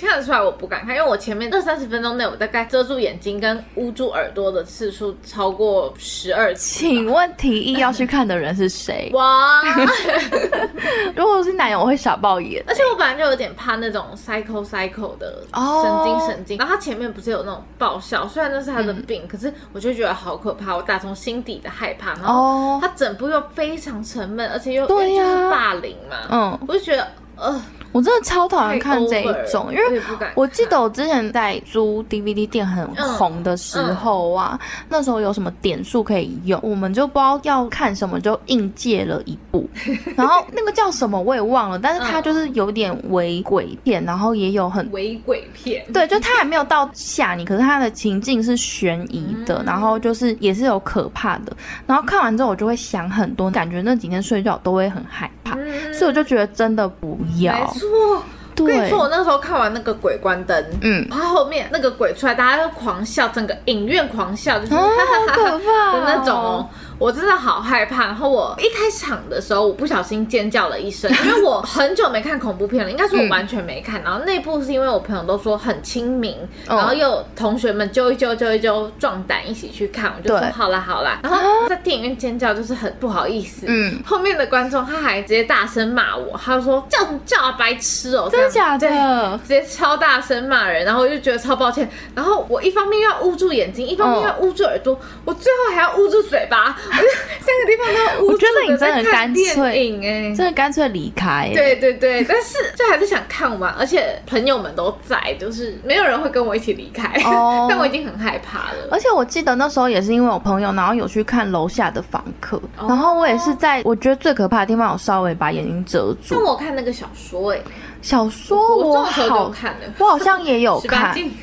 [SPEAKER 4] 他看得出来我不敢看，因为我前面这三十分钟内，我大概遮住眼睛跟捂住耳朵的次数超过十二次
[SPEAKER 2] 请
[SPEAKER 4] 吧。
[SPEAKER 2] 问提议要去看的人是谁？
[SPEAKER 4] 哇！
[SPEAKER 2] 如果是男友，我会傻爆眼。
[SPEAKER 4] 而且我本来就有点怕那种 psycho psycho 的
[SPEAKER 2] 哦
[SPEAKER 4] 神经神经然后他前面不是有那种爆笑，虽然那是他
[SPEAKER 2] 嗯
[SPEAKER 4] 的病，可是我就觉得好可怕，我打从心底的害怕。然后
[SPEAKER 2] 哦
[SPEAKER 4] 他，整部又非常沉闷，而且又
[SPEAKER 2] 对呀
[SPEAKER 4] 因为就是霸凌嘛，
[SPEAKER 2] 嗯，
[SPEAKER 4] 我就觉得呃，
[SPEAKER 2] 我真的超讨厌看这
[SPEAKER 4] 太
[SPEAKER 2] 一
[SPEAKER 4] over
[SPEAKER 2] 种，
[SPEAKER 4] 了
[SPEAKER 2] 因为
[SPEAKER 4] 我也不敢
[SPEAKER 2] 我记得我之前在租 DVD 店很红的时候
[SPEAKER 4] 嗯
[SPEAKER 2] 啊，那时候有什么点数可以用，我们就不知道要看什么，就硬借了一部， 然后那个叫什么我也忘了，但是它就是有点违鬼片，然后也有很。
[SPEAKER 4] 伪鬼片。
[SPEAKER 2] 对，就它还没有到吓你，可是它的情境是悬疑
[SPEAKER 4] 嗯
[SPEAKER 2] 的，然后就是也是有可怕的。然后看完之后，我就会想很多，感觉那几天睡觉都会很害怕，
[SPEAKER 4] 嗯
[SPEAKER 2] 所以我就觉得真的不要。
[SPEAKER 4] 没错，
[SPEAKER 2] 对，
[SPEAKER 3] 跟你说，我那时候看完那个《鬼关灯》，
[SPEAKER 2] 嗯，
[SPEAKER 4] 然后后面那个鬼出来，大家都狂笑，整个影院狂笑，就是、
[SPEAKER 2] 啊，好可怕、
[SPEAKER 4] 的那种哦。我真的好害怕。然后我一开场的时候，我不小心尖叫了 一声，因为我很久没看恐怖片了，应该
[SPEAKER 2] 嗯
[SPEAKER 4] 说我完全没看。然后那部是因为我朋友都说很亲民，
[SPEAKER 2] 哦
[SPEAKER 4] 然后又有同学们揪一揪揪一揪，壮胆一起去看，我就说
[SPEAKER 2] 对啊
[SPEAKER 4] 好啦好啦。然后在电影院尖叫就是很不好意思。
[SPEAKER 2] 嗯，
[SPEAKER 4] 后面的观众他还直接大声骂我，他就说叫叫啊白痴哦、
[SPEAKER 2] 真的
[SPEAKER 4] 这样
[SPEAKER 2] 假的？
[SPEAKER 4] 直接超大声骂人，然后我就觉得超抱歉。然后我一方面要捂住眼睛，一方面要捂住耳朵，我最后还要捂住嘴巴， 我就三个地方都要捂住。
[SPEAKER 2] 我觉得你真的很干脆
[SPEAKER 4] 电影哎、
[SPEAKER 2] 真的干脆离开、欸。，
[SPEAKER 4] 对对对，但是就还是想看完，而且朋友们都在，就是没有人会跟我一起离开。
[SPEAKER 2] 哦
[SPEAKER 4] 但我已经很害怕了。
[SPEAKER 2] 而且我记得那时候也是因为我朋友，然后有去看楼下的房客，
[SPEAKER 4] 哦
[SPEAKER 2] 然后我也是在我觉得最可怕的地方，我稍微把眼睛遮
[SPEAKER 4] 但
[SPEAKER 2] 住。
[SPEAKER 4] 我看那个小说哎、
[SPEAKER 2] 欸小说
[SPEAKER 4] 哦我这时候就
[SPEAKER 2] 好。
[SPEAKER 4] 看了。
[SPEAKER 2] 我好像也有
[SPEAKER 4] 十八
[SPEAKER 2] 看
[SPEAKER 4] 禁，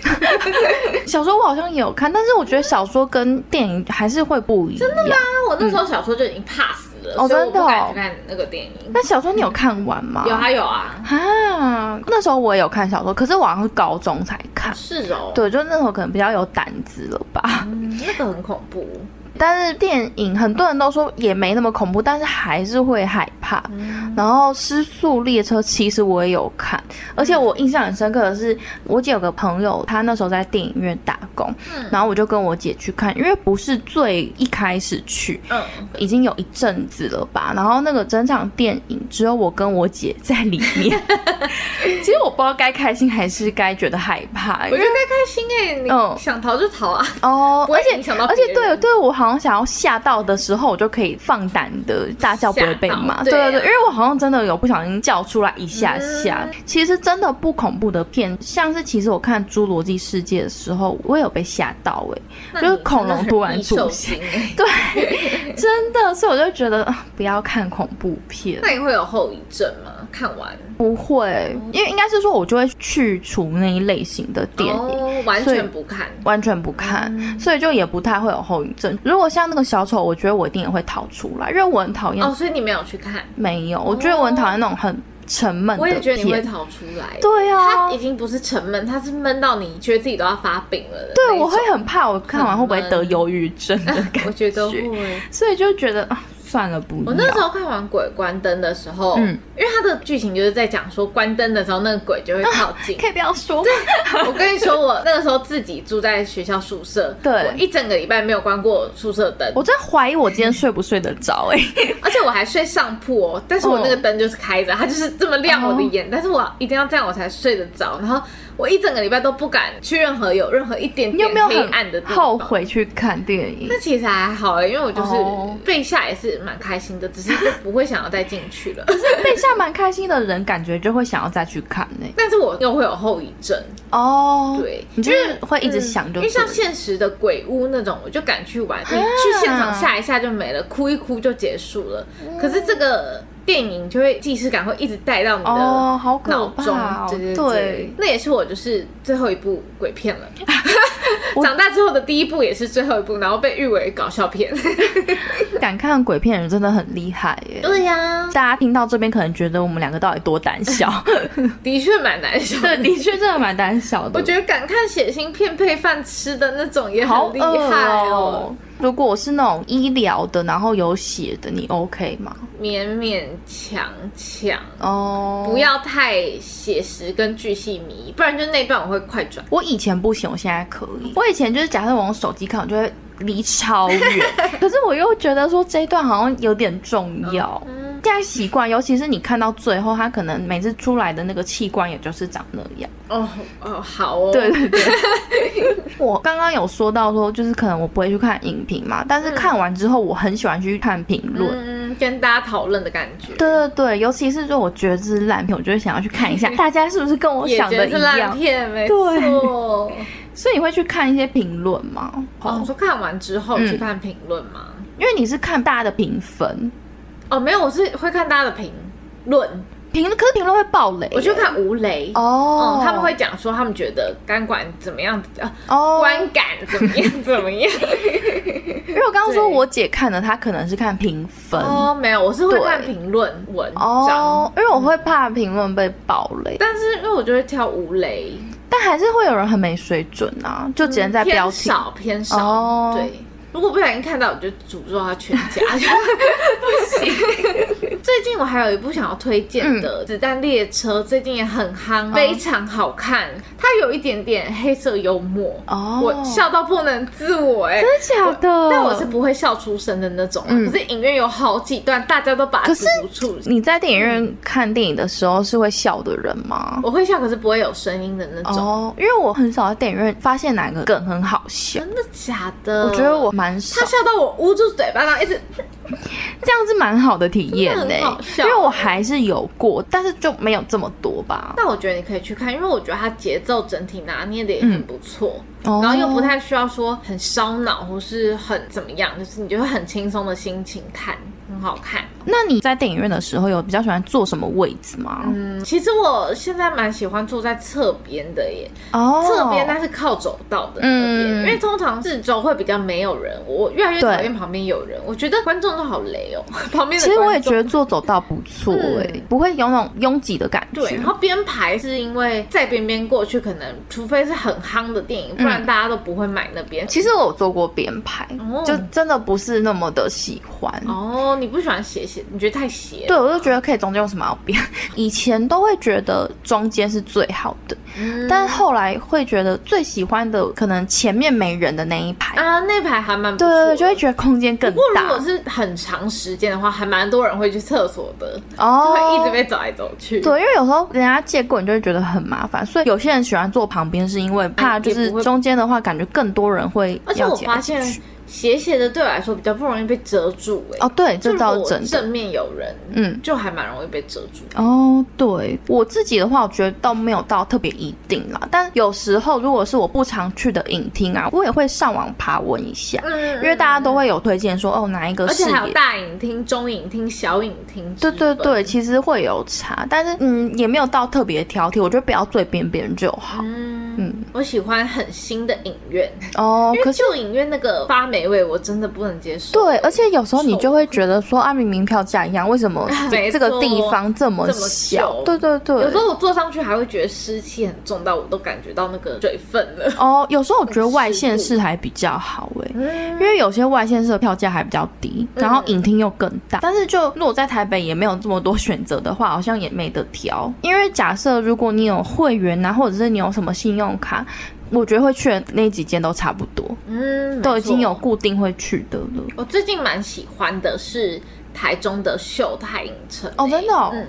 [SPEAKER 2] 小说，我好像也有看，但是我觉得小说跟电影还是会不一样。真的吗？
[SPEAKER 4] 那啊我那时候小说就已经怕死了，
[SPEAKER 2] 哦
[SPEAKER 4] 所以我
[SPEAKER 2] 真的
[SPEAKER 4] 不
[SPEAKER 2] 哦
[SPEAKER 4] 敢去看那个电影。
[SPEAKER 2] 那小说你有看完吗？
[SPEAKER 4] 有啊有啊，
[SPEAKER 2] 啊，那时候我也有看小说，可是我好像是高中才看。
[SPEAKER 4] 是哦，
[SPEAKER 2] 对，就那时候可能比较有胆子了吧。
[SPEAKER 4] 嗯，那个很恐怖。
[SPEAKER 2] 但是电影很多人都说也没那么恐怖，但是还是会害怕。然后《失速列车》其实我也有看，而且我印象很深刻的是，我姐有个朋友，她那时候在电影院打工，然后我就跟我姐去看，因为不是最一开始去，
[SPEAKER 4] 嗯
[SPEAKER 2] 已经有一阵子了吧。然后那个整场电影只有我跟我姐在里面，其实我不知道该开心还是该觉得害怕，因
[SPEAKER 4] 我觉
[SPEAKER 2] 为
[SPEAKER 4] 得该开心哎、
[SPEAKER 2] 嗯
[SPEAKER 4] 你想逃就逃 啊，
[SPEAKER 2] 哦，
[SPEAKER 4] 不会
[SPEAKER 2] 而且
[SPEAKER 4] 影响到
[SPEAKER 2] 而且
[SPEAKER 4] 别人
[SPEAKER 2] 对对我好像想要吓到的时候，我就可以放胆的大叫，不会被骂。
[SPEAKER 4] 吓到
[SPEAKER 2] 对
[SPEAKER 4] 对嗯啊
[SPEAKER 2] 对，因为我好像真的有不小心叫出来一下下。其实真的不恐怖的片，像是其实我看《侏罗纪世界》的时候，我也有被吓到哎、
[SPEAKER 4] 那
[SPEAKER 2] 就是
[SPEAKER 4] 你
[SPEAKER 2] 恐龙突然
[SPEAKER 4] 真的
[SPEAKER 2] 出
[SPEAKER 4] 很易受
[SPEAKER 2] 现，
[SPEAKER 4] 惊欸
[SPEAKER 2] 对，真的，所以我就觉得、啊不要看恐怖片
[SPEAKER 4] 那。你会有后遗症吗？看完
[SPEAKER 2] 不会，因为应该是说，我就会去除那一类型的电影。
[SPEAKER 4] 哦，完
[SPEAKER 2] 所以
[SPEAKER 4] 全不看。
[SPEAKER 2] 完全不看，
[SPEAKER 4] 嗯
[SPEAKER 2] 所以就也不太会有后遗症。如果像那个小丑，我觉得我一定也会逃出来，因为我很讨厌。
[SPEAKER 4] 哦，所以你没有去看，
[SPEAKER 2] 没有，我觉得我很讨厌那种很沉闷的
[SPEAKER 4] 我也觉得你会
[SPEAKER 2] 片。
[SPEAKER 4] 逃出来。
[SPEAKER 2] 对啊
[SPEAKER 4] 它已，经不是沉闷，它是闷到你觉得自己都要发病了的那
[SPEAKER 2] 对，
[SPEAKER 4] 一种。
[SPEAKER 2] 我会很怕，我看完会不会
[SPEAKER 4] 很
[SPEAKER 2] 得
[SPEAKER 4] 闷
[SPEAKER 2] 忧郁症的 感觉？
[SPEAKER 4] 我觉得会。
[SPEAKER 2] 所以就觉得啊，算了，不要。
[SPEAKER 4] 我那时候看完《鬼关灯》的时候，
[SPEAKER 2] 嗯
[SPEAKER 4] 因为它的剧情就是在讲说关灯的时候，那个鬼就会靠 近。
[SPEAKER 2] 可以不要说吗？
[SPEAKER 4] 我跟你说，我那个时候自己住在学校宿舍，
[SPEAKER 2] 对
[SPEAKER 4] 我一整个礼拜没有关过宿舍灯，
[SPEAKER 2] 我真怀疑我今天睡不睡得着 哎、
[SPEAKER 4] 而且我还睡上铺哦，但是我那个灯就是开着，它就是这么亮我的眼，但是我一定要这样我才睡得着。然后我一整个礼拜都不敢去任何有任何一点
[SPEAKER 2] 你有
[SPEAKER 4] 点
[SPEAKER 2] 没有
[SPEAKER 4] 黑
[SPEAKER 2] 很
[SPEAKER 4] 暗的地方
[SPEAKER 2] 后。悔去看电影
[SPEAKER 4] 那？其实还好欸，因为我就是
[SPEAKER 2] 哦
[SPEAKER 4] 被吓也是蛮开心的，只是就不会想要再进去了。
[SPEAKER 2] 被吓蛮开心的人，感觉就会想要再去看呢、
[SPEAKER 4] 但是我又会有后遗症，
[SPEAKER 2] 哦，
[SPEAKER 4] 对嗯
[SPEAKER 2] 你就是会一直想就对
[SPEAKER 4] 因
[SPEAKER 2] 啊
[SPEAKER 4] 为像
[SPEAKER 2] 了
[SPEAKER 4] 现实的鬼屋那种，我就敢去玩，你去现场吓一吓就没了，哭一哭就结束了。可是这个电影就会既视感会一直带到你的
[SPEAKER 2] 哦，好可
[SPEAKER 4] 闹钟，
[SPEAKER 2] 怕、哦！
[SPEAKER 4] 对对对，那也是我就是最后一部鬼片 了。长大之后的第一部也是最后一部，然后被誉为搞笑 片。
[SPEAKER 2] 敢看鬼片的人真的很厉害耶。
[SPEAKER 4] 呀、
[SPEAKER 2] 大家听到这边可能觉得我们两个到底多胆小，
[SPEAKER 4] 的确蛮难笑。
[SPEAKER 2] 对，的确真的蛮胆小的。
[SPEAKER 4] 我觉得敢看血腥片配饭吃的那种也
[SPEAKER 2] 好
[SPEAKER 4] 很厉害
[SPEAKER 2] 恶
[SPEAKER 4] 哦，
[SPEAKER 2] 哦。如果我是那种医疗的，然后有血的，你 OK 吗？
[SPEAKER 4] 勉勉强强。
[SPEAKER 2] 哦、
[SPEAKER 4] 不。要太写实跟巨细靡遗，不然就那一段我会快转。
[SPEAKER 2] 我以前不行，我现在可以。我以前就是假设我用手机看，我就会离超远，可是我又觉得说这一段好像有点重要。
[SPEAKER 4] 嗯，
[SPEAKER 2] 现在习惯，尤其是你看到最后，它可能每次出来的那个器官也就是长那样。
[SPEAKER 4] 哦哦，好哦，
[SPEAKER 2] 对对对，我刚刚有说到说，就是可能我不会去看影评嘛，但是看完之后，我很喜欢去看评论。
[SPEAKER 4] 嗯，跟大家讨论的感觉，
[SPEAKER 2] 对对对，尤其是说我觉得这是烂片，我就会想要去看一下，大家是不是跟我
[SPEAKER 4] 也
[SPEAKER 2] 想
[SPEAKER 4] 觉
[SPEAKER 2] 的
[SPEAKER 4] 得
[SPEAKER 2] 一
[SPEAKER 4] 是烂
[SPEAKER 2] 样？
[SPEAKER 4] 片，没
[SPEAKER 2] 对
[SPEAKER 4] 错。
[SPEAKER 2] 所以你会去看一些评论吗？
[SPEAKER 4] 哦，你说看完之后
[SPEAKER 2] 嗯
[SPEAKER 4] 去看评论吗？
[SPEAKER 2] 因为你是看大家的评分，
[SPEAKER 4] 哦，没有，我是会看大家的评论，
[SPEAKER 2] 评可是评论会爆雷，
[SPEAKER 4] 我就看吴雷。
[SPEAKER 2] 哎哦、
[SPEAKER 4] 嗯他们会讲说他们觉得钢管怎么样，呃，
[SPEAKER 2] 哦，
[SPEAKER 4] 观感怎么样怎么 样。
[SPEAKER 2] 因为我刚刚说
[SPEAKER 4] 对
[SPEAKER 2] 我姐看的，她可能是看评分。
[SPEAKER 4] 哦，没有，我是会
[SPEAKER 2] 对
[SPEAKER 4] 看评论文
[SPEAKER 2] 哦
[SPEAKER 4] 章，，
[SPEAKER 2] 因为我会怕评论被爆雷，
[SPEAKER 4] 但是因为我就会挑吴雷，
[SPEAKER 2] 但还是会有人很没水准啊，就只能在标
[SPEAKER 4] 偏
[SPEAKER 2] 题。
[SPEAKER 4] 嗯少偏
[SPEAKER 2] 哦
[SPEAKER 4] 少，对。如果不小心看到，我就诅咒他全 家。最近我还有一部想要推荐的
[SPEAKER 2] 嗯
[SPEAKER 4] 《子弹列车》，最近也很夯，哦非常好看。它有一点点黑色幽默，
[SPEAKER 2] 哦
[SPEAKER 4] 我笑到不能自我哎、
[SPEAKER 2] 真假的？
[SPEAKER 4] 但我是不会笑出声的那种啊。
[SPEAKER 2] 嗯
[SPEAKER 4] 可是影院有好几段，大家都把它
[SPEAKER 2] 可是
[SPEAKER 4] 止不住。
[SPEAKER 2] 你在电影院看电影的时候是会笑的人吗？
[SPEAKER 4] 我会笑，可是不会有声音的那种。
[SPEAKER 2] 哦，因为我很少在电影院发现哪个梗很好笑，
[SPEAKER 4] 真的假的？
[SPEAKER 2] 我觉得我蛮少
[SPEAKER 4] 嗯他，笑到我捂住嘴巴，然后一直
[SPEAKER 2] 这样是蛮好的体验
[SPEAKER 4] 真
[SPEAKER 2] 呢、
[SPEAKER 4] 的很好
[SPEAKER 2] 因
[SPEAKER 4] 笑
[SPEAKER 2] 为我还是有过，但是就没有这么多吧。
[SPEAKER 4] 但我觉得你可以去看，因为我觉得它节奏整体拿捏的也很不错，
[SPEAKER 2] 哦
[SPEAKER 4] 然后又不太需要说很烧脑或是很怎么样，就是你就会很轻松的心情看，很好看。
[SPEAKER 2] 那你在电影院的时候有比较喜欢坐什么位置吗？
[SPEAKER 4] 嗯，其实我现在蛮喜欢坐在侧边的耶，
[SPEAKER 2] 哦，
[SPEAKER 4] 侧边啊但是靠走道的那边，
[SPEAKER 2] 嗯
[SPEAKER 4] 因为通常四周会比较没有人，我越来越讨
[SPEAKER 2] 对
[SPEAKER 4] 厌旁边有人，我觉得观众都好累哦， 旁边的
[SPEAKER 2] 其实我也
[SPEAKER 4] 观众
[SPEAKER 2] 觉得坐走道不错哎、
[SPEAKER 4] 嗯
[SPEAKER 2] 不会有那种拥挤的感觉。
[SPEAKER 4] 对，然后编排是因为在边边过去，可能除非是很夯的电影，不
[SPEAKER 2] 嗯
[SPEAKER 4] 然大家都不会买那边。
[SPEAKER 2] 其实我有做过编排，
[SPEAKER 4] 哦
[SPEAKER 2] 就真的不是那么的喜欢。
[SPEAKER 4] 哦，说你不喜欢斜斜，你觉得太斜
[SPEAKER 2] 对，我就觉得可以中间有什么好变？以前都会觉得中间是最好的，
[SPEAKER 4] 嗯
[SPEAKER 2] 但后来会觉得最喜欢的可能前面没人的那一排，
[SPEAKER 4] 啊，那排还蛮不
[SPEAKER 2] 对
[SPEAKER 4] 错
[SPEAKER 2] 对
[SPEAKER 4] 的
[SPEAKER 2] 对，就会觉得空间更
[SPEAKER 4] 不过如
[SPEAKER 2] 大
[SPEAKER 4] 果是很长时间的话，还蛮多人会去厕所的，就
[SPEAKER 2] 哦，
[SPEAKER 4] 会一直被走来走去。
[SPEAKER 2] 对，因为有时候人家借过，你就会觉得很麻烦，所以有些人喜欢坐旁边，是因为怕
[SPEAKER 4] 哎
[SPEAKER 2] 就
[SPEAKER 4] 也
[SPEAKER 2] 是
[SPEAKER 4] 不会
[SPEAKER 2] 中间的话，感觉更多人会
[SPEAKER 4] 而且
[SPEAKER 2] 要
[SPEAKER 4] 我
[SPEAKER 2] 借
[SPEAKER 4] 发现斜斜的对我来说比较不容易被遮住、欸，
[SPEAKER 2] 哦，对，
[SPEAKER 4] 就
[SPEAKER 2] 这
[SPEAKER 4] 如
[SPEAKER 2] 倒
[SPEAKER 4] 果
[SPEAKER 2] 是真的，
[SPEAKER 4] 正面有人，
[SPEAKER 2] 嗯。
[SPEAKER 4] 就还蛮容易被遮住。
[SPEAKER 2] 哦，对我自己的话，我觉得倒没有到特别一定啦。但有时候如果是我不常去的影厅啊，我也会上网爬文一下，
[SPEAKER 4] 嗯
[SPEAKER 2] 因为大家都会有推荐说哦哪一个
[SPEAKER 4] 而且
[SPEAKER 2] 视
[SPEAKER 4] 还有
[SPEAKER 2] 野。
[SPEAKER 4] 大影厅、中影厅、小影厅之
[SPEAKER 2] 对
[SPEAKER 4] 分。
[SPEAKER 2] 对对，其实会有差，但是嗯也没有到特别挑剔，我觉得不要最边边就好。
[SPEAKER 4] 嗯，
[SPEAKER 2] 嗯
[SPEAKER 4] 我喜欢很新的影院，
[SPEAKER 2] 哦，
[SPEAKER 4] 因
[SPEAKER 2] 可
[SPEAKER 4] 为
[SPEAKER 2] 是
[SPEAKER 4] 旧影院那个发霉味我真的不能接受。
[SPEAKER 2] 对，而且有时候你就会觉得说啊，明明票价一样，为什么
[SPEAKER 4] 啊没
[SPEAKER 2] 这这个
[SPEAKER 4] 错
[SPEAKER 2] 地方这么
[SPEAKER 4] 这么
[SPEAKER 2] 小？
[SPEAKER 4] 小
[SPEAKER 2] 对对对，
[SPEAKER 4] 有时候我坐上去还会觉得湿气很重到我都感觉到那个水分了。
[SPEAKER 2] 哦，有时候我觉得外线
[SPEAKER 4] 很吃
[SPEAKER 2] 市还比较好诶、
[SPEAKER 4] 嗯
[SPEAKER 2] 因，为有些外县市的票价还比较低，然后影厅又更大。但是就如果在台北也没有这么多选择的话，好像也没得挑。因为假设如果你有会员啊，或者是你有什么信用卡，我觉得会去的那几间都差不多，
[SPEAKER 4] 嗯，
[SPEAKER 2] 都已经有
[SPEAKER 4] 没错。
[SPEAKER 2] 固定会去的了。
[SPEAKER 4] 我最近蛮喜欢的是台中的秀泰影城、
[SPEAKER 2] 哦真的哦
[SPEAKER 4] 嗯。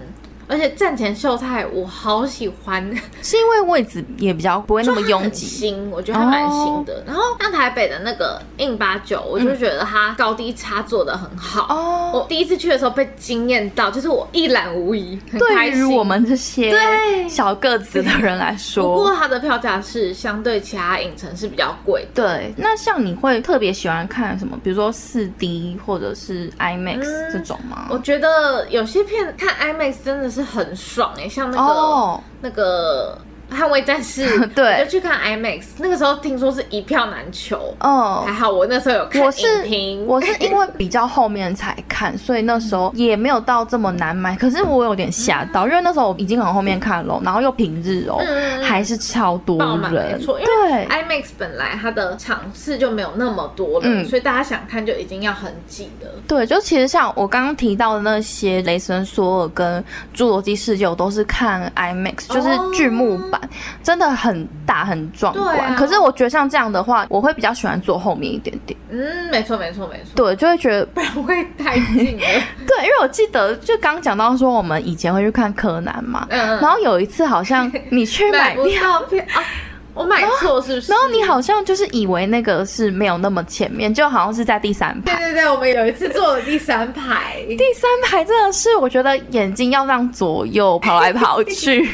[SPEAKER 4] 而且站前秀泰我好喜欢，
[SPEAKER 2] 是因为位置也比较不会那么 拥挤。哦
[SPEAKER 4] 新，我觉得它蛮新的。然后像台北的那个印八九，我就觉得它高低差做的很好。
[SPEAKER 2] 嗯哦，
[SPEAKER 4] 我第一次去的时候被惊艳到，就是我一览无遗，很开
[SPEAKER 2] 对于
[SPEAKER 4] 心。
[SPEAKER 2] 我们这些
[SPEAKER 4] 对
[SPEAKER 2] 小个子的人来
[SPEAKER 4] 不过
[SPEAKER 2] 说。
[SPEAKER 4] 它的票价是相对其他影城是比较贵的。
[SPEAKER 2] 对，那像你会特别喜欢看什么？比如说四 D 或者是 IMAX
[SPEAKER 4] 嗯
[SPEAKER 2] 这种吗？
[SPEAKER 4] 我觉得有些片看 IMAX 真的是很爽哎、像那个、
[SPEAKER 2] 哦，
[SPEAKER 4] 那个捍卫战士
[SPEAKER 2] 对
[SPEAKER 4] 我就去看 IMAX，那个时候听说是一票难求，
[SPEAKER 2] 哦
[SPEAKER 4] 还，好我那时候有看
[SPEAKER 2] 我是
[SPEAKER 4] 影评，
[SPEAKER 2] 我是因为比较后面才看，所以那时候也没有到这么难买。可是我有点吓到，因为那时候我已经很后面看了，然后又平日哦，
[SPEAKER 4] 嗯
[SPEAKER 2] 还是超多
[SPEAKER 4] 爆满没
[SPEAKER 2] 人。
[SPEAKER 4] 错，因为
[SPEAKER 2] 对
[SPEAKER 4] IMAX 本来它的场次就没有那么多了，
[SPEAKER 2] 嗯
[SPEAKER 4] 所以大家想看就已经要很挤了。
[SPEAKER 2] 对，就其实像我刚刚提到的那些《雷神索尔》跟《侏罗纪世界》，我都是看 IMAX，就是
[SPEAKER 4] 哦
[SPEAKER 2] 剧目版，真的很大很壮观。
[SPEAKER 4] 对啊
[SPEAKER 2] 可是我觉得像这样的话，我会比较喜欢坐后面一点点，
[SPEAKER 4] 嗯，没错没错没错，
[SPEAKER 2] 对，就会觉得
[SPEAKER 4] 不然会太近 了。
[SPEAKER 2] 对，因为我记得就刚讲到说我们以前会去看柯南嘛，
[SPEAKER 4] 嗯嗯
[SPEAKER 2] 然后有一次好像你去买
[SPEAKER 4] 买不
[SPEAKER 2] 票，
[SPEAKER 4] 到票啊，我买错是不是？
[SPEAKER 2] 然后你好像就是以为那个是没有那么前面，就好像是在第三
[SPEAKER 4] 对
[SPEAKER 2] 排。
[SPEAKER 4] 对对，我们有一次坐了第三排，
[SPEAKER 2] 第三排真的是，我觉得眼睛要让左右跑来跑去。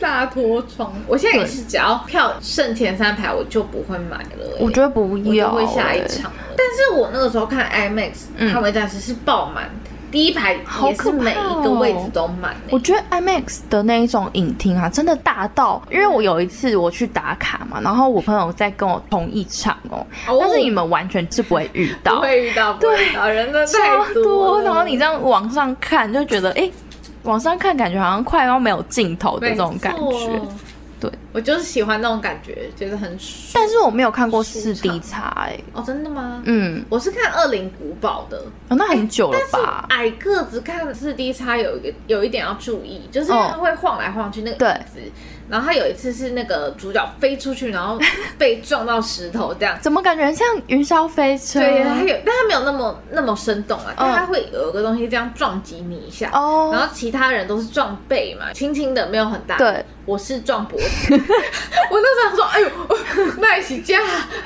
[SPEAKER 4] 大拖窗。我现在也是，只要票剩前三排，我就不会买了、欸
[SPEAKER 2] 我觉得不
[SPEAKER 4] 我就
[SPEAKER 2] 要、
[SPEAKER 4] 会下一
[SPEAKER 2] 欸
[SPEAKER 4] 场了。但是我那个时候看 IMAX，
[SPEAKER 2] 嗯
[SPEAKER 4] 捍卫战士是爆满，第一排
[SPEAKER 2] 好
[SPEAKER 4] 也
[SPEAKER 2] 可怕
[SPEAKER 4] 是
[SPEAKER 2] 哦
[SPEAKER 4] 每一个位置都满、欸。
[SPEAKER 2] 我觉得 IMAX 的那一种影厅啊，真的大到，因为我有一次我去打卡嘛，然后我朋友在跟我同一场哦，
[SPEAKER 4] 哦
[SPEAKER 2] 但是你们完全是不会遇到，
[SPEAKER 4] 不会遇到，不会遇到人真的
[SPEAKER 2] 超
[SPEAKER 4] 太
[SPEAKER 2] 多，
[SPEAKER 4] 了
[SPEAKER 2] 然后你这样往上看就觉得，哎、往上看感觉好像快要没有尽头的这种感觉。。
[SPEAKER 4] 没错
[SPEAKER 2] 对，
[SPEAKER 4] 我就是喜欢那种感觉，觉得很爽。
[SPEAKER 2] 但是我没有看过四
[SPEAKER 4] 舒
[SPEAKER 2] D
[SPEAKER 4] 畅
[SPEAKER 2] 差、哎，
[SPEAKER 4] 哦，真的吗？
[SPEAKER 2] 嗯、
[SPEAKER 4] 我是看《恶灵古堡》的，
[SPEAKER 2] 哦那很久了
[SPEAKER 4] 但是
[SPEAKER 2] 吧？
[SPEAKER 4] 矮个子看四 D 差有一个有一点要注意，就是因为它会晃来晃去那个
[SPEAKER 2] 对
[SPEAKER 4] 椅子。然后他有一次是那个主角飞出去，然后被撞到石头这样。
[SPEAKER 2] 怎么感觉很像云霄飞车？
[SPEAKER 4] 对，他有，但他没有那么那么生动啊，但
[SPEAKER 2] 嗯
[SPEAKER 4] 他会有一个东西这样撞击你一下。然
[SPEAKER 2] 哦，
[SPEAKER 4] 后其他人都是撞背嘛，轻轻的，没有很大。
[SPEAKER 2] 对，
[SPEAKER 4] 我是撞脖 子。我那时候想说，哎呦，那一起架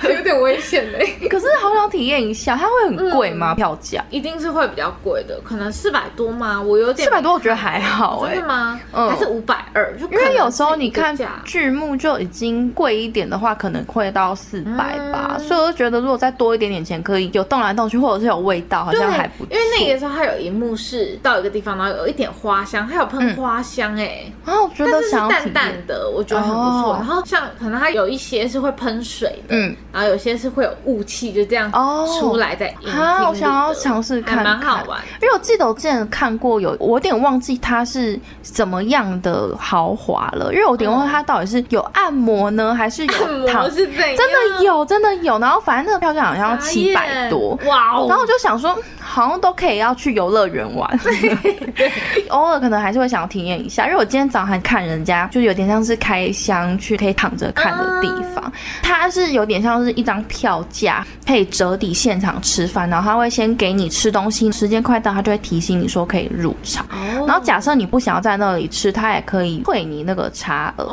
[SPEAKER 4] 有点危险嘞、
[SPEAKER 2] 可是好想体验一下，它会很贵
[SPEAKER 4] 嗯
[SPEAKER 2] 吗？票价
[SPEAKER 4] 一定是会比较贵的，可能四百多吗？我有点
[SPEAKER 2] 四百多，我觉得还好、哎
[SPEAKER 4] 哦真的。吗？
[SPEAKER 2] 嗯
[SPEAKER 4] 还是五百二？欸就可
[SPEAKER 2] 因
[SPEAKER 4] 能
[SPEAKER 2] 为有时候你看
[SPEAKER 4] 是一个价
[SPEAKER 2] 剧目就已经贵一点的话，可能会到四百吧，
[SPEAKER 4] 嗯
[SPEAKER 2] 所以我就觉得如果再多一点点钱，可以有动来动去，或者是有味道，好
[SPEAKER 4] 对，
[SPEAKER 2] 像还不错。
[SPEAKER 4] 因为那个时候它有一幕是到一个地方，然后有一点花香，它有喷
[SPEAKER 2] 嗯
[SPEAKER 4] 花香哎、欸
[SPEAKER 2] 啊，我觉
[SPEAKER 4] 但
[SPEAKER 2] 得
[SPEAKER 4] 是是
[SPEAKER 2] 想要体
[SPEAKER 4] 淡
[SPEAKER 2] 验
[SPEAKER 4] 淡的，我觉得很不错。
[SPEAKER 2] 哦
[SPEAKER 4] 然后像可能它有一些是会喷水的，
[SPEAKER 2] 嗯
[SPEAKER 4] 然后有些是会有雾气，就这样
[SPEAKER 2] 哦
[SPEAKER 4] 出来在影厅里的、
[SPEAKER 2] 啊，我想要尝试看
[SPEAKER 4] 还
[SPEAKER 2] 看，
[SPEAKER 4] 蛮好玩。
[SPEAKER 2] 因为我记得我之前看过有，我有点忘记它是怎么样的豪华了，因为我有点
[SPEAKER 4] 嗯
[SPEAKER 2] 忘记它到底是有按摩呢，还是有躺
[SPEAKER 4] 我，是怎
[SPEAKER 2] 真
[SPEAKER 4] 样
[SPEAKER 2] 的有，真的有。然后反正那个票价好像要
[SPEAKER 4] 傻
[SPEAKER 2] 七
[SPEAKER 4] 眼
[SPEAKER 2] 百多，
[SPEAKER 4] 哇哦！
[SPEAKER 2] 然后我就想说，嗯好像都可以要去游乐园 玩，偶尔可能还是会想体验一下。因为我今天早上还看人家，就有点像是开箱去可以躺着看的地方，
[SPEAKER 4] 啊
[SPEAKER 2] 它是有点像是一张票价，可以折抵现场吃饭，然后他会先给你吃东西，时间快到他就会提醒你说可以入场。
[SPEAKER 4] 哦
[SPEAKER 2] 然后假设你不想要在那里吃，他也可以退你那个差额。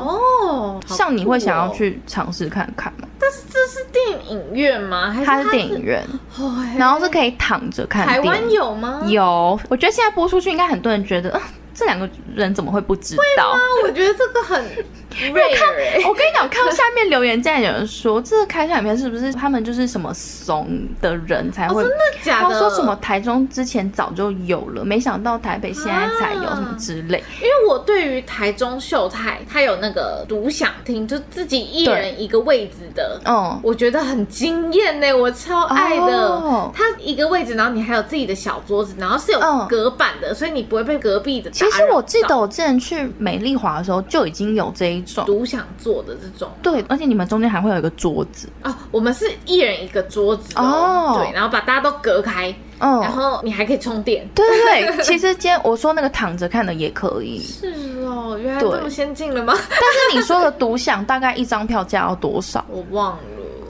[SPEAKER 4] 哦，
[SPEAKER 2] 像你会想要去尝试看看吗？
[SPEAKER 4] 这是电影院吗？还是
[SPEAKER 2] 它
[SPEAKER 4] 它
[SPEAKER 2] 是电影院，
[SPEAKER 4] 哦
[SPEAKER 2] 然后是可以躺着看
[SPEAKER 4] 台
[SPEAKER 2] 电影。
[SPEAKER 4] 湾有吗？
[SPEAKER 2] 有，我觉得现在播出去，应该很多人觉得，呃、这两个人怎么会不知道？
[SPEAKER 4] 我觉得这个很 rare，欸
[SPEAKER 2] 我跟你讲，我看到下面留言，竟然有人说，这个开场影片是不是他们就是什么怂的人才
[SPEAKER 4] 哦
[SPEAKER 2] 会？
[SPEAKER 4] 真的假
[SPEAKER 2] 他
[SPEAKER 4] 的？
[SPEAKER 2] 说什么？台中之前早就有了，没想到台北现在才有
[SPEAKER 4] 啊
[SPEAKER 2] 什么之类。
[SPEAKER 4] 因为我对于台中秀泰，他有那个独享厅，就自己一人一个位置的，
[SPEAKER 2] 嗯，
[SPEAKER 4] 我觉得很惊艳呢，我超爱的
[SPEAKER 2] 哦。
[SPEAKER 4] 它一个位置，然后你还有自己的小桌子，然后是有
[SPEAKER 2] 嗯
[SPEAKER 4] 隔板的，所以你不会被隔壁的打
[SPEAKER 2] 其
[SPEAKER 4] 扰到。
[SPEAKER 2] 实我记得我之前去美丽华的时候就已经有这一种。
[SPEAKER 4] 独享坐的这种
[SPEAKER 2] 对，而且你们中间还会有一个桌子，
[SPEAKER 4] 哦，我们是一人一个桌子哦
[SPEAKER 2] 哦，
[SPEAKER 4] 对，然后把大家都隔开，
[SPEAKER 2] 嗯，
[SPEAKER 4] 然后你还可以充电。
[SPEAKER 2] 对对 对，其实今天我说那个躺着看的也可 以，
[SPEAKER 4] 是哦，原来
[SPEAKER 2] 对
[SPEAKER 4] 这么先进了吗？
[SPEAKER 2] 但是你说的独享大概一张票价要多少？
[SPEAKER 4] 我忘了。